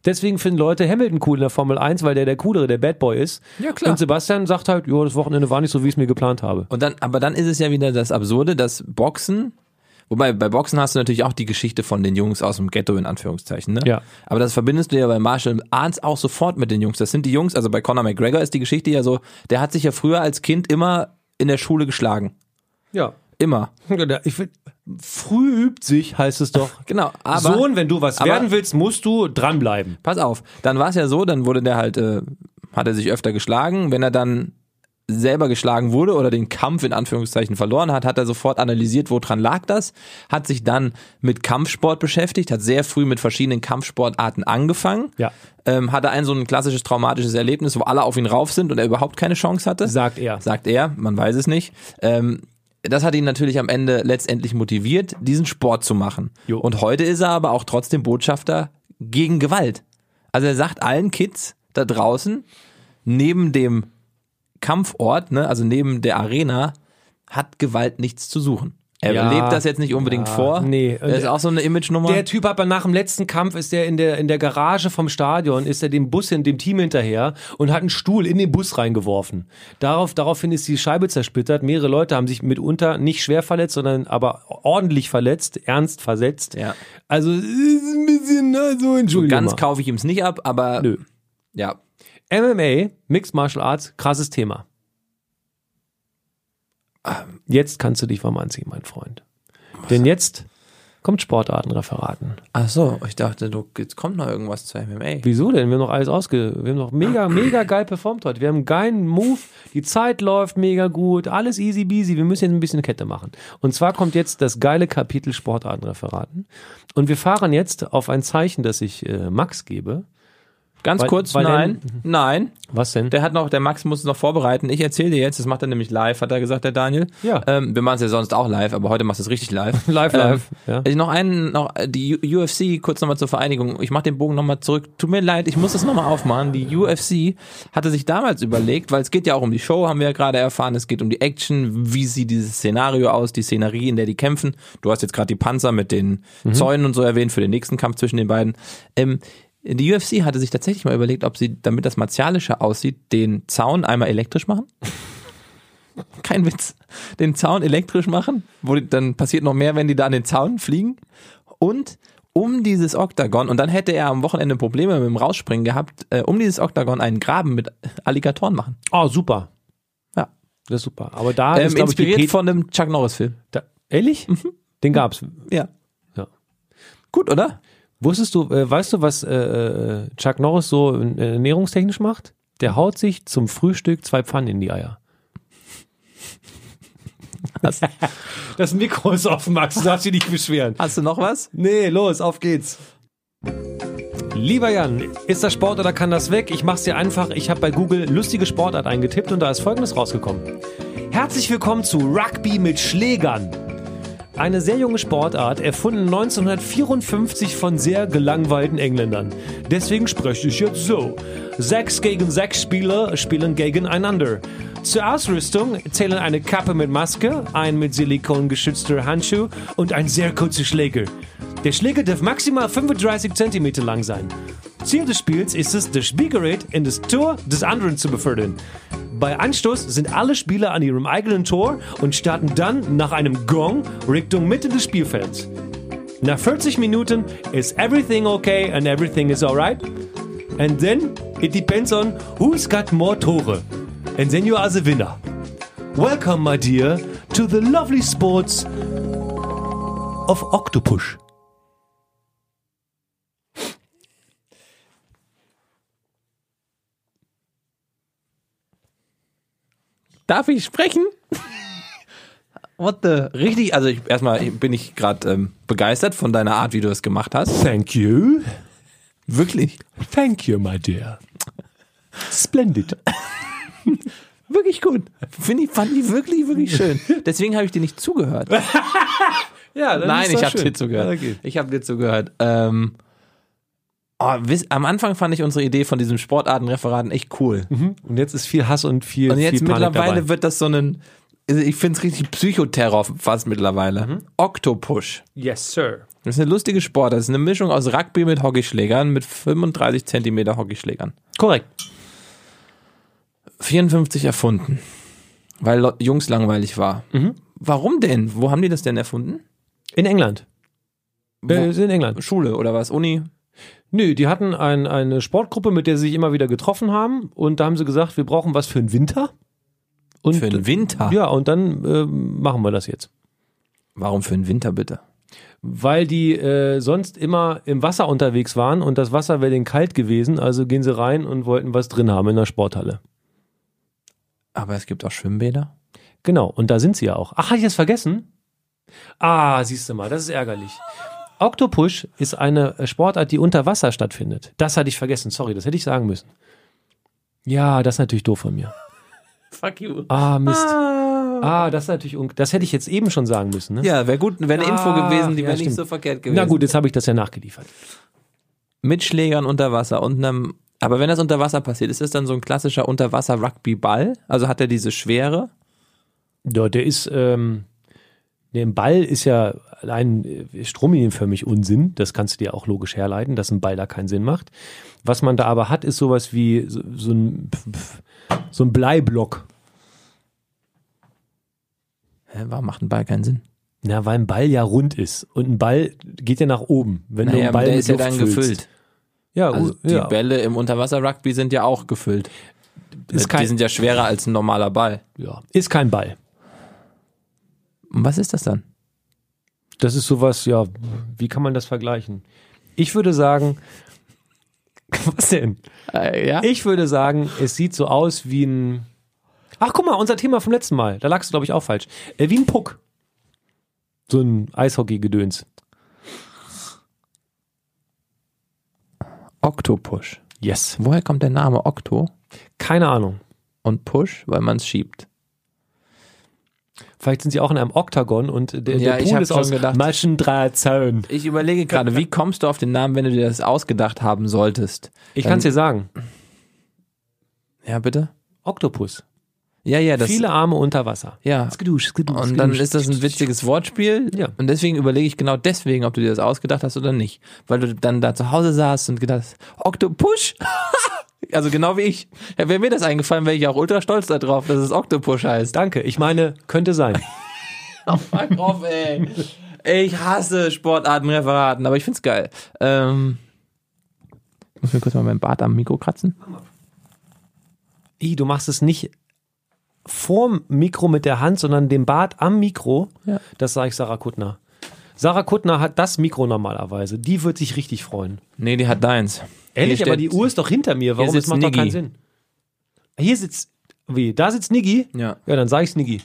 Speaker 2: Deswegen finden Leute Hamilton cool in der Formel 1, weil der der coolere, der Bad Boy ist.
Speaker 1: Ja, klar.
Speaker 2: Und Sebastian sagt halt, ja, das Wochenende war nicht so, wie ich es mir geplant habe.
Speaker 1: Und dann, aber dann ist es ja wieder das Absurde, dass Boxen, wobei bei Boxen hast du natürlich auch die Geschichte von den Jungs aus dem Ghetto in Anführungszeichen, ne?
Speaker 2: Ja.
Speaker 1: Aber das verbindest du ja bei Marshall Arns auch sofort mit den Jungs. Das sind die Jungs, also bei Conor McGregor ist die Geschichte ja so, der hat sich ja früher als Kind immer in der Schule geschlagen.
Speaker 2: Ja.
Speaker 1: Immer.
Speaker 2: Ich find, früh übt sich, heißt es doch.
Speaker 1: Genau. Aber
Speaker 2: Sohn, wenn du was
Speaker 1: aber-
Speaker 2: werden willst, musst du dranbleiben.
Speaker 1: pass auf, dann war es ja so, dann wurde der halt, äh, hat er sich öfter geschlagen. Wenn er dann selber geschlagen wurde oder den Kampf in Anführungszeichen verloren hat, hat er sofort analysiert, woran lag das, hat sich dann mit Kampfsport beschäftigt, hat sehr früh mit verschiedenen Kampfsportarten angefangen,
Speaker 2: Ja.
Speaker 1: ähm, hatte ein so ein klassisches traumatisches Erlebnis, wo alle auf ihn rauf sind und er überhaupt keine Chance hatte
Speaker 2: Sagt er.
Speaker 1: sagt er, man weiß es nicht. Ähm, das hat ihn natürlich am Ende letztendlich motiviert, diesen Sport zu machen.
Speaker 2: Jo.
Speaker 1: Und heute ist er aber auch trotzdem Botschafter gegen Gewalt. Also er sagt allen Kids da draußen, neben dem Kampfort, ne, also neben der Arena, hat Gewalt nichts zu suchen. Er
Speaker 2: Ja.
Speaker 1: lebt das jetzt nicht unbedingt vor.
Speaker 2: nee.
Speaker 1: Das ist auch so eine Image-Nummer.
Speaker 2: Der Typ hat bei- nach dem letzten Kampf ist der in der in der Garage vom Stadion ist er dem Bus in dem Team hinterher und hat einen Stuhl in den Bus reingeworfen. Darauf daraufhin ist die Scheibe zersplittert. Mehrere Leute haben sich mitunter nicht schwer verletzt, sondern aber ordentlich verletzt, ernst versetzt.
Speaker 1: Ja.
Speaker 2: Also es ist ein bisschen na, so Entschuldigung.
Speaker 1: Ganz
Speaker 2: mal.
Speaker 1: kaufe ich ihm es nicht ab, aber
Speaker 2: Nö.
Speaker 1: ja.
Speaker 2: MMA, Mixed Martial Arts, krasses Thema. Ähm, Jetzt kannst du dich warm anziehen, mein Freund. Denn jetzt kommt Sportartenreferaten.
Speaker 1: Ach so, ich dachte, du, jetzt kommt noch irgendwas zu MMA.
Speaker 2: Wieso denn? Wir haben noch alles ausge... Wir haben noch mega, mega geil performt heute. Wir haben einen geilen Move. Die Zeit läuft mega gut. Alles easy peasy. Wir müssen jetzt ein bisschen Kette machen. Und zwar kommt jetzt das geile Kapitel Sportartenreferaten. Und wir fahren jetzt auf ein Zeichen, das ich äh, Max gebe.
Speaker 1: Ganz
Speaker 2: Weil-
Speaker 1: kurz,
Speaker 2: weil
Speaker 1: nein, nein.
Speaker 2: Was denn?
Speaker 1: Der hat noch, der Max muss es noch vorbereiten. Ich erzähle dir jetzt, das macht er nämlich live, hat er gesagt, der Daniel.
Speaker 2: Ja.
Speaker 1: Ähm, wir machen es ja sonst auch live, aber heute machst du es richtig live.
Speaker 2: Live, live, ja.
Speaker 1: Ähm, Ich noch einen, noch äh, die U- UFC, kurz nochmal zur Vereinigung. Ich mache den Bogen nochmal zurück. Tut mir leid, ich muss das nochmal aufmachen. Die UFC hatte sich damals überlegt, weil es geht ja auch um die Show, haben wir ja gerade erfahren. Es geht um die Action, wie sieht dieses Szenario aus, die Szenerie, in der die kämpfen. Du hast jetzt gerade die Panzer mit den
Speaker 2: Mhm.
Speaker 1: Zäunen und so erwähnt für den nächsten Kampf zwischen den beiden. Ähm, die UFC hatte sich tatsächlich mal überlegt, ob sie, damit das martialischer aussieht, den Zaun einmal elektrisch machen. Kein Witz. Den Zaun elektrisch machen, wo die, dann passiert noch mehr, wenn die da an den Zaun fliegen. Und um dieses Oktagon, und dann hätte er am Wochenende Probleme mit dem Rausspringen gehabt, äh, um dieses Oktagon einen Graben mit Alligatoren machen.
Speaker 2: Oh, super.
Speaker 1: Ja.
Speaker 2: Ah, Das ist super. Aber da
Speaker 1: Ähm,
Speaker 2: ist, glaube ich, die
Speaker 1: inspiriert Mhm.
Speaker 2: Pet-
Speaker 1: von einem Chuck Norris-Film.
Speaker 2: Da, ehrlich? Den gab's.
Speaker 1: Ja.
Speaker 2: Ja.
Speaker 1: Gut, oder?
Speaker 2: Wusstest du, äh, weißt du, was äh, äh, Chuck Norris so äh, ernährungstechnisch macht? Der haut sich zum Frühstück zwei Pfannen in die Eier.
Speaker 1: Hast,
Speaker 2: Das Mikro ist offen, Max, du darfst dich nicht beschweren.
Speaker 1: hast du noch Also, was?
Speaker 2: Nee, los, auf geht's. Lieber Jan, ist das Sport oder kann das weg? Ich mach's dir einfach. Ich habe bei Google lustige Sportart eingetippt und da ist folgendes rausgekommen. Herzlich willkommen zu Rugby mit Schlägern. Eine sehr junge Sportart, erfunden 1954 von sehr gelangweilten Engländern. Deswegen spreche ich jetzt so. Sechs gegen sechs Spieler spielen gegeneinander. Zur Ausrüstung zählen eine Kappe mit Maske, ein mit Silikon geschützter Handschuh und ein sehr kurzer Schläger. Der Schläger darf maximal 35 cm lang sein. Ziel des Spiels ist es, das Spielgerät in das Tor des anderen zu befördern. Bei Anstoß sind alle Spieler an ihrem eigenen Tor und starten dann nach einem Gong Richtung Mitte des Spielfelds. Nach 40 Minuten ist everything okay and everything is alright. And then it depends on who's got more Tore. And then you are the winner. Welcome, my dear, to the lovely sports of Octopus.
Speaker 1: Darf ich sprechen? What the? Richtig, also ich, erstmal bin ich gerade ähm, begeistert von deiner Art, wie du es gemacht hast.
Speaker 2: Thank you.
Speaker 1: Wirklich.
Speaker 2: Thank you, my dear. Splendid.
Speaker 1: Wirklich gut. Find ich, fand ich wirklich, wirklich schön. Deswegen habe ich dir nicht zugehört.
Speaker 2: Ja,
Speaker 1: Nein, ich habe dir zugehört. Ich habe dir zugehört. Ähm, oh, wiss, am Anfang fand ich unsere Idee von diesem Sportartenreferaten echt cool.
Speaker 2: Und jetzt ist viel Hass und viel.
Speaker 1: Und jetzt
Speaker 2: viel Panik
Speaker 1: mittlerweile
Speaker 2: Dabei.
Speaker 1: wird das so ein, also ich finde es richtig Psychoterror fast mittlerweile. Octopush.
Speaker 2: Yes, sir.
Speaker 1: Das ist eine lustige Sportart. Das ist eine Mischung aus Rugby mit Hockeyschlägern, mit 35 Zentimeter Hockeyschlägern.
Speaker 2: Korrekt.
Speaker 1: 54 erfunden, weil Lo- Jungs langweilig war. Warum denn? Wo haben die das denn erfunden?
Speaker 2: In England. Äh,
Speaker 1: Wo,
Speaker 2: in England.
Speaker 1: Schule oder was? Uni?
Speaker 2: Nö, die hatten ein, eine Sportgruppe, mit der sie sich immer wieder getroffen haben. Und da haben sie gesagt, wir brauchen was für den Winter. Und
Speaker 1: Für den Winter?
Speaker 2: Ja, und dann ähm, machen wir das jetzt.
Speaker 1: Warum für den Winter bitte?
Speaker 2: Weil die äh, sonst immer im Wasser unterwegs waren und das Wasser wäre denen kalt gewesen. Also gehen sie rein und wollten was drin haben in der Sporthalle.
Speaker 1: Aber es gibt auch Schwimmbäder.
Speaker 2: Genau, und da sind sie ja auch. Ach, hatte ich das vergessen? Ah, siehst du mal, das ist ärgerlich. Octopush ist eine äh, Sportart, die unter Wasser stattfindet. Das hatte ich vergessen, sorry, das hätte ich sagen müssen. Ja, das ist natürlich doof von mir.
Speaker 1: Fuck you.
Speaker 2: Ah, Mist. Ah, das ist natürlich un das hätte ich jetzt eben schon sagen müssen, ne?
Speaker 1: Ja, wäre gut, wäre eine
Speaker 2: Ah,
Speaker 1: Info gewesen, die
Speaker 2: ja,
Speaker 1: wäre nicht
Speaker 2: stimmt.
Speaker 1: so verkehrt gewesen.
Speaker 2: Na gut, jetzt habe ich das ja nachgeliefert.
Speaker 1: Mit Schlägern unter Wasser und einem. Aber wenn das unter Wasser passiert, ist das dann so ein klassischer Unterwasser-Rugby-Ball? Also hat er diese Schwere?
Speaker 2: Ja, der ist ähm, Nee, ein Ball ist ja allein äh, stromlinienförmig Unsinn. Das kannst du dir auch logisch herleiten, dass ein Ball da keinen Sinn macht. Was man da aber hat, ist sowas wie so, so, ein, so ein Bleiblock.
Speaker 1: Hä, warum macht ein Ball keinen Sinn?
Speaker 2: Na, weil ein Ball ja rund ist. Und ein Ball geht ja nach oben. Wenn du
Speaker 1: Naja,
Speaker 2: einen Ball
Speaker 1: der
Speaker 2: mit
Speaker 1: ist ja
Speaker 2: Luft
Speaker 1: dann
Speaker 2: füllst.
Speaker 1: gefüllt.
Speaker 2: Ja,
Speaker 1: Also
Speaker 2: gut, ja.
Speaker 1: die Bälle im Unterwasser-Rugby sind ja auch gefüllt. Äh,
Speaker 2: ist,
Speaker 1: die
Speaker 2: kein,
Speaker 1: sind ja schwerer als ein normaler Ball.
Speaker 2: ja, ist kein Ball.
Speaker 1: Und was ist das dann?
Speaker 2: Das ist sowas, ja, wie kann man das vergleichen? Ich würde sagen, was denn?
Speaker 1: Äh, ja?
Speaker 2: Ich würde sagen, es sieht so aus wie ein. Ach, guck mal, unser Thema vom letzten Mal. Da lagst du, glaube ich, auch falsch. Äh, wie ein Puck. So ein Eishockey-Gedöns.
Speaker 1: Oktopush.
Speaker 2: Yes.
Speaker 1: Woher kommt der Name Okto
Speaker 2: Keine Ahnung.
Speaker 1: und Push? Weil man es schiebt.
Speaker 2: Vielleicht sind sie auch in einem Oktagon und der,
Speaker 1: Ja,
Speaker 2: der
Speaker 1: ich
Speaker 2: Pool
Speaker 1: hab
Speaker 2: ist
Speaker 1: schon
Speaker 2: aus
Speaker 1: gedacht.
Speaker 2: Maschendrahtzaun.
Speaker 1: Ich überlege gerade, wie kommst du auf den Namen, wenn du dir das ausgedacht haben solltest?
Speaker 2: Ich
Speaker 1: Dann-
Speaker 2: kann es dir sagen.
Speaker 1: Ja, bitte?
Speaker 2: Oktopus.
Speaker 1: Ja, ja, das.
Speaker 2: Viele Arme unter Wasser.
Speaker 1: Ja.
Speaker 2: Skidusch, skidusch,
Speaker 1: Und dann ist das ein witziges Wortspiel.
Speaker 2: Ja.
Speaker 1: Und deswegen überlege ich genau deswegen, ob du dir das ausgedacht hast oder nicht. Weil du dann da zu Hause saßt und gedacht hast, Oktopush? also genau wie ich. Ja, wäre mir das eingefallen, wäre ich auch ultra stolz darauf, dass es Oktopush heißt.
Speaker 2: Danke. Ich meine, könnte sein.
Speaker 1: Fuck off, ey. Ich hasse Sportartenreferaten, aber ich find's geil. Ähm, ich muss mir kurz mal meinen Bart am Mikro kratzen.
Speaker 2: I, du machst es nicht vorm Mikro mit der Hand, sondern den Bart am Mikro.
Speaker 1: Ja.
Speaker 2: Das sage ich Sarah Kuttner. Sarah Kuttner hat das Mikro normalerweise. Die wird sich richtig freuen.
Speaker 1: Nee, die hat deins.
Speaker 2: Ehrlich,
Speaker 1: Hier
Speaker 2: aber
Speaker 1: steht-
Speaker 2: die Uhr ist doch hinter mir. Warum? Das
Speaker 1: sitzt
Speaker 2: macht doch
Speaker 1: Niggi.
Speaker 2: keinen Sinn. Hier sitzt. Wie? Da sitzt Niggi?
Speaker 1: Ja.
Speaker 2: Ja, dann sage ich's Niggi.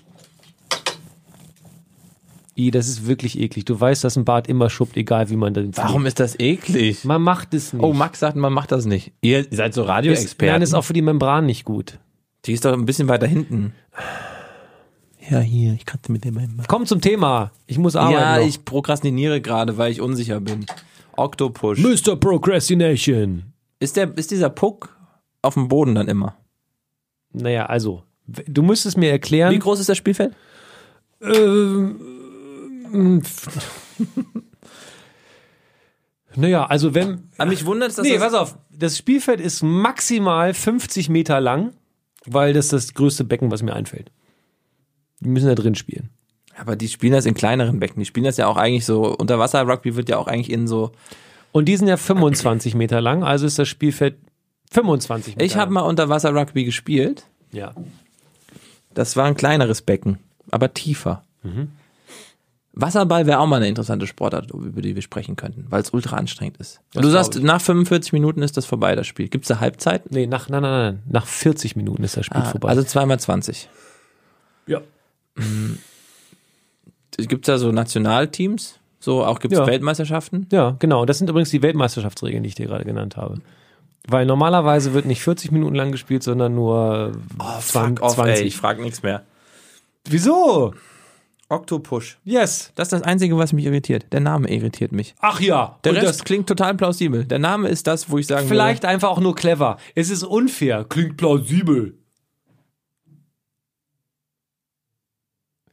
Speaker 2: I, das ist wirklich eklig. Du weißt, dass ein Bart immer schuppt, egal wie man den
Speaker 1: Warum ist das eklig?
Speaker 2: Man macht es nicht.
Speaker 1: Oh, Max sagt, man macht das nicht. Ihr seid so
Speaker 2: ist, nein,
Speaker 1: Radioexperten.
Speaker 2: ist auch für die Membran nicht gut.
Speaker 1: Die ist doch ein bisschen weiter hinten. Ja, hier, ich kannte mit dem machen.
Speaker 2: Komm zum Thema. Ich muss arbeiten.
Speaker 1: Ja,
Speaker 2: noch.
Speaker 1: ich prokrastiniere gerade, weil ich unsicher bin. Octopush.
Speaker 2: Mr. Procrastination.
Speaker 1: Ist, der, ist dieser Puck auf dem Boden dann immer?
Speaker 2: Naja, also, w- du müsstest mir erklären.
Speaker 1: Wie groß ist das Spielfeld?
Speaker 2: Ähm, pf- naja, also wenn.
Speaker 1: Aber Ah, mich wundert, dass
Speaker 2: Nee,
Speaker 1: das
Speaker 2: pass auf, das Spielfeld ist maximal 50 Meter lang, weil das das größte Becken, was mir einfällt. Die müssen da drin spielen.
Speaker 1: Aber die spielen das in kleineren Becken. Die spielen das ja auch eigentlich so, Unterwasser-Rugby wird ja auch eigentlich in so.
Speaker 2: Und die sind ja 25 Meter lang, also ist das Spielfeld 25 Meter
Speaker 1: Ich habe
Speaker 2: lang.
Speaker 1: mal Unterwasser-Rugby gespielt.
Speaker 2: Ja.
Speaker 1: Das war ein kleineres Becken, aber tiefer. Wasserball wäre auch mal eine interessante Sportart, über die wir sprechen könnten, weil es ultra anstrengend ist. Und du
Speaker 2: glaub
Speaker 1: sagst,
Speaker 2: ich.
Speaker 1: nach 45 Minuten ist das vorbei, das Spiel. Gibt es da Halbzeiten?
Speaker 2: Nee, nach, nein, nein, nein, nach 40 Minuten ist das Spiel
Speaker 1: Ah,
Speaker 2: vorbei.
Speaker 1: also zweimal 20.
Speaker 2: ja.
Speaker 1: Gibt es da so Nationalteams? So, auch gibt es
Speaker 2: Ja.
Speaker 1: Weltmeisterschaften?
Speaker 2: Ja, genau. Das sind übrigens die Weltmeisterschaftsregeln, die ich dir gerade genannt habe. Weil normalerweise wird nicht 40 Minuten lang gespielt, sondern nur oh, 20.
Speaker 1: frage nichts mehr.
Speaker 2: Wieso?
Speaker 1: Octopush.
Speaker 2: Yes.
Speaker 1: Das ist das Einzige, was mich irritiert. Der Name irritiert mich.
Speaker 2: Ach ja.
Speaker 1: Der
Speaker 2: Und
Speaker 1: Rest klingt total plausibel. Der Name ist das, wo ich sagen
Speaker 2: das vielleicht einfach auch nur clever. Es ist unfair. Klingt plausibel.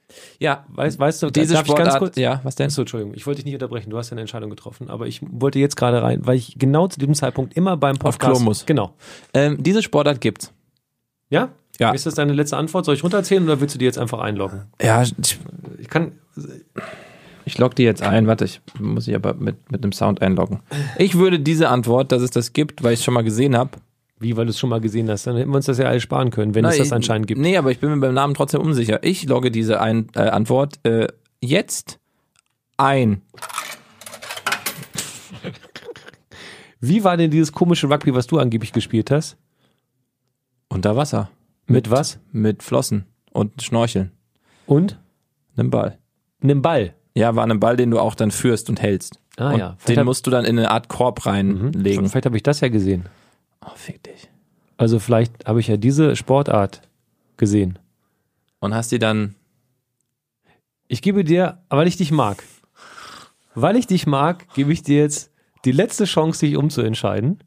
Speaker 1: würde. Ja,
Speaker 2: Weißt, weißt du,
Speaker 1: diese
Speaker 2: darf ich
Speaker 1: Sportart.
Speaker 2: ganz kurz?
Speaker 1: Ja, was denn?
Speaker 2: Achso, Entschuldigung, ich wollte dich nicht unterbrechen. Du hast ja eine Entscheidung getroffen. Aber ich wollte jetzt gerade rein, weil ich genau zu diesem Zeitpunkt immer beim
Speaker 1: Auf
Speaker 2: Podcast...
Speaker 1: Klo muss.
Speaker 2: Genau.
Speaker 1: Ähm, diese Sportart gibt's.
Speaker 2: Ja?
Speaker 1: Ja.
Speaker 2: Ist das deine letzte Antwort? Soll ich runterzählen oder willst du die jetzt einfach einloggen?
Speaker 1: Ja, ich,
Speaker 2: Ich kann...
Speaker 1: ich logge die jetzt ein. Warte, ich muss ich aber mit, mit einem Sound einloggen. Ich würde diese Antwort, dass es das gibt, weil ich es schon mal gesehen habe.
Speaker 2: Wie, weil du es schon mal gesehen hast. Dann hätten wir uns das ja alle sparen können, wenn es das anscheinend gibt.
Speaker 1: Nee, aber ich bin mir beim Namen trotzdem unsicher. Ich logge diese ein, äh, Antwort äh, jetzt ein.
Speaker 2: Wie war denn dieses komische Rugby, was du angeblich gespielt hast?
Speaker 1: Unter Wasser.
Speaker 2: Mit was?
Speaker 1: Mit Flossen und Schnorcheln.
Speaker 2: Und?
Speaker 1: Einem Ball.
Speaker 2: Einem Ball.
Speaker 1: Ja, war ein Ball, den du auch dann führst und hältst.
Speaker 2: Ah
Speaker 1: und
Speaker 2: ja. Mhm. Vielleicht
Speaker 1: Den
Speaker 2: hab-
Speaker 1: musst du dann in eine Art Korb reinlegen.
Speaker 2: Vielleicht habe ich das ja gesehen.
Speaker 1: Oh, fick dich.
Speaker 2: Also vielleicht habe ich ja diese Sportart gesehen.
Speaker 1: Und hast die dann.
Speaker 2: Ich gebe dir, weil ich dich mag. Weil ich dich mag, gebe ich dir jetzt die letzte Chance, dich umzuentscheiden.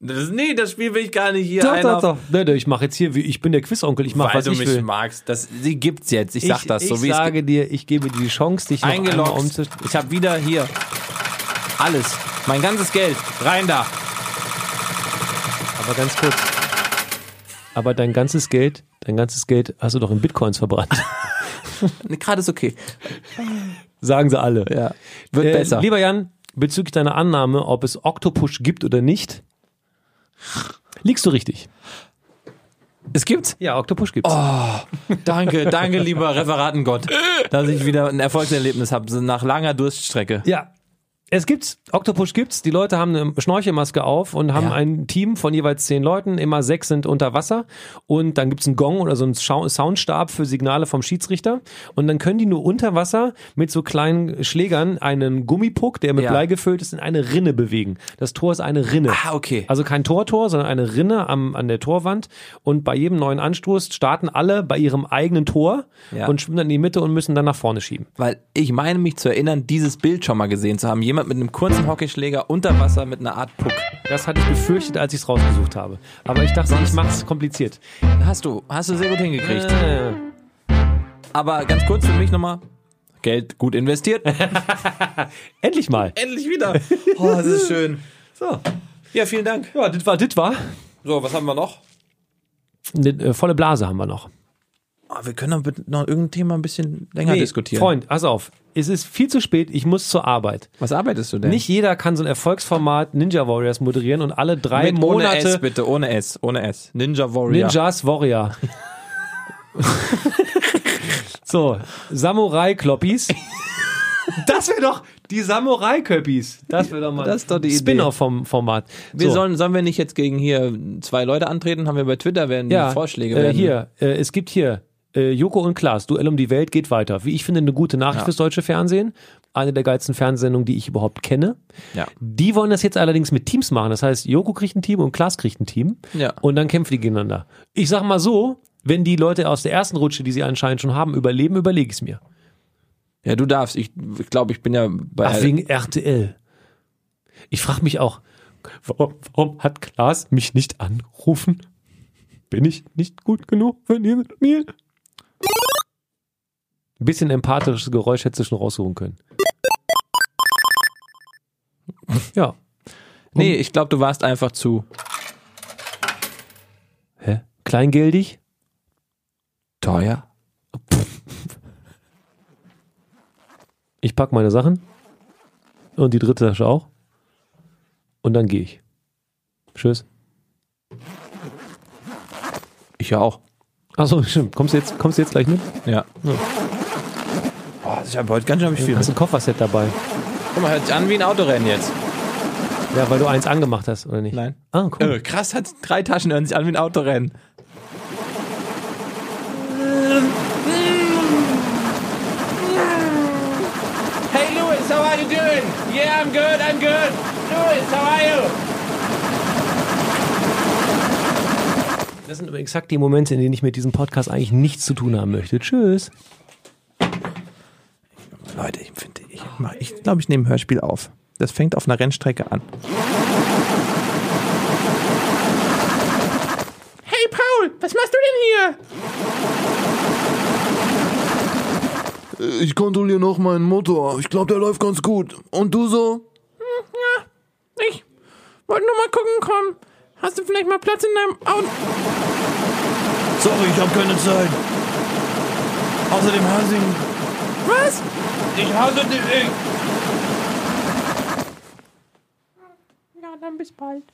Speaker 1: Das, nee, das Spiel will ich gar nicht hier.
Speaker 2: Doch,
Speaker 1: ein
Speaker 2: doch,
Speaker 1: auf-
Speaker 2: doch. Nee, nee, ich mache jetzt hier, wie- ich bin der Quizonkel, ich mache,
Speaker 1: Weil
Speaker 2: was
Speaker 1: du
Speaker 2: ich
Speaker 1: mich
Speaker 2: will.
Speaker 1: magst. Das, sie gibt's jetzt. Ich sag das,
Speaker 2: ich,
Speaker 1: so
Speaker 2: ich
Speaker 1: wie es
Speaker 2: sage dir, ich gebe dir die Chance, dich noch einmal
Speaker 1: eingeloggt.
Speaker 2: umzu-
Speaker 1: Ich habe wieder hier alles, mein ganzes Geld rein da.
Speaker 2: Aber ganz kurz. Aber dein ganzes Geld, dein ganzes Geld hast du doch in Bitcoins verbrannt.
Speaker 1: Nee, Gerade ist okay.
Speaker 2: Sagen sie alle.
Speaker 1: Ja, wird
Speaker 2: Äh,
Speaker 1: besser.
Speaker 2: Lieber Jan, bezüglich deiner Annahme, ob es Octopush gibt oder nicht, liegst du richtig. Oh,
Speaker 1: Es gibt's.
Speaker 2: Ja, Octopush gibt's.
Speaker 1: Danke, danke, lieber Referatengott, dass ich wieder ein Erfolgserlebnis habe nach langer Durststrecke.
Speaker 2: Ja. Es gibt's, Octopush gibt's, die Leute haben eine Schnorchelmaske auf und haben
Speaker 1: Ja.
Speaker 2: ein Team von jeweils zehn Leuten, immer sechs sind unter Wasser und dann gibt's einen Gong oder so einen Schau- Soundstab für Signale vom Schiedsrichter und dann können die nur unter Wasser mit so kleinen Schlägern einen Gummipuck, der mit
Speaker 1: Ja.
Speaker 2: Blei gefüllt ist, in eine Rinne bewegen. Das Tor ist eine Rinne.
Speaker 1: Ah, okay.
Speaker 2: Also kein Tortor, sondern eine Rinne am, an der Torwand. Und bei jedem neuen Anstoß starten alle bei ihrem eigenen Tor
Speaker 1: Ja.
Speaker 2: und schwimmen dann in die Mitte und müssen dann nach vorne schieben.
Speaker 1: Weil ich meine mich zu erinnern, dieses Bild schon mal gesehen zu haben. Jemand mit einem kurzen Hockeyschläger unter Wasser mit einer Art Puck.
Speaker 2: Das hatte ich befürchtet, als ich es rausgesucht habe. Aber ich dachte, ich mach's kompliziert.
Speaker 1: Hast du, hast du sehr gut hingekriegt.
Speaker 2: Äh,
Speaker 1: Aber ganz kurz für mich nochmal. Geld gut investiert.
Speaker 2: endlich mal.
Speaker 1: Endlich wieder. Oh, das ist schön.
Speaker 2: So.
Speaker 1: Ja, vielen Dank.
Speaker 2: Ja, das war, das war.
Speaker 1: So, was haben wir noch?
Speaker 2: Eine äh, volle Blase haben wir noch.
Speaker 1: Oh, wir können doch bitte noch irgendein Thema ein bisschen länger diskutieren.
Speaker 2: Freund, pass auf. Es ist viel zu spät, ich muss zur Arbeit.
Speaker 1: Was arbeitest du denn?
Speaker 2: Nicht jeder kann so ein Erfolgsformat Ninja Warriors moderieren und alle drei
Speaker 1: mit ohne S,
Speaker 2: Monate
Speaker 1: bitte, ohne S, ohne S. Ninja Warrior.
Speaker 2: Ninjas Warrior. so, Samurai-Kloppis. Das wäre doch die Samurai-Köppis. Das wäre doch mal
Speaker 1: Das ist doch die Idee.
Speaker 2: Spin-off vom Format.
Speaker 1: Wir
Speaker 2: So.
Speaker 1: sollen, sollen wir nicht jetzt gegen hier zwei Leute antreten? Haben wir bei Twitter werden die Vorschläge
Speaker 2: äh,
Speaker 1: werden.
Speaker 2: hier, äh, es gibt hier äh, Joko und Klaas, Duell um die Welt geht weiter. Wie ich finde, eine gute Nachricht
Speaker 1: Ja.
Speaker 2: fürs deutsche Fernsehen. Eine der geilsten Fernsehsendungen, die ich überhaupt kenne.
Speaker 1: Ja.
Speaker 2: Die wollen das jetzt allerdings mit Teams machen. Das heißt, Joko kriegt ein Team und Klaas kriegt ein Team.
Speaker 1: Ja.
Speaker 2: Und dann kämpfen die gegeneinander. Ich sag mal so, wenn die Leute aus der ersten Rutsche, die sie anscheinend schon haben, überleben, überlege ich es mir.
Speaker 1: ja, du darfst. Ich, ich glaube, ich bin ja bei.
Speaker 2: Ach, wegen RTL. Ich frage mich auch, warum, warum hat Klaas mich nicht angerufen? Bin ich nicht gut genug für diese Spiel? Ein bisschen empathisches Geräusch hättest du schon raussuchen können. Ja.
Speaker 1: nee, ich glaube, du warst einfach zu.
Speaker 2: Hä? Kleingeldig?
Speaker 1: Teuer?
Speaker 2: Ich pack meine Sachen. Und die dritte Tasche auch. Und dann gehe ich. Tschüss.
Speaker 1: Ich ja auch.
Speaker 2: Achso, stimmt. Kommst du jetzt, kommst du jetzt gleich mit?
Speaker 1: Ja. Boah, ich habe heute ganz schön viel.
Speaker 2: Hast du ein Kofferset dabei?
Speaker 1: Guck mal, hört sich an wie ein Autorennen jetzt.
Speaker 2: Ja, weil du eins angemacht hast, oder nicht?
Speaker 1: Nein.
Speaker 2: Ah, cool.
Speaker 1: Äh, krass, hat drei Taschen, hören sich an wie ein Autorennen. Hey Louis, how are you doing? Yeah, I'm good, I'm good. Louis, how are you?
Speaker 2: Das sind exakt die Momente, in denen ich mit diesem Podcast eigentlich nichts zu tun haben möchte. Tschüss.
Speaker 1: Leute, ich finde, ich, mach- ich glaube, ich nehme ein Hörspiel auf. Das fängt auf einer Rennstrecke an. Hey Paul, was machst du
Speaker 4: Ich kontrolliere noch meinen Motor. Ich glaube, der läuft ganz gut. Und du so?
Speaker 1: denn hier? Ich wollte nur mal gucken kommen. Hast du vielleicht mal Platz in deinem Auto?
Speaker 4: Sorry, ich habe keine Zeit. Außerdem Hasing.
Speaker 1: Was?
Speaker 4: Ich hasse dich.
Speaker 5: Ja, dann bis bald.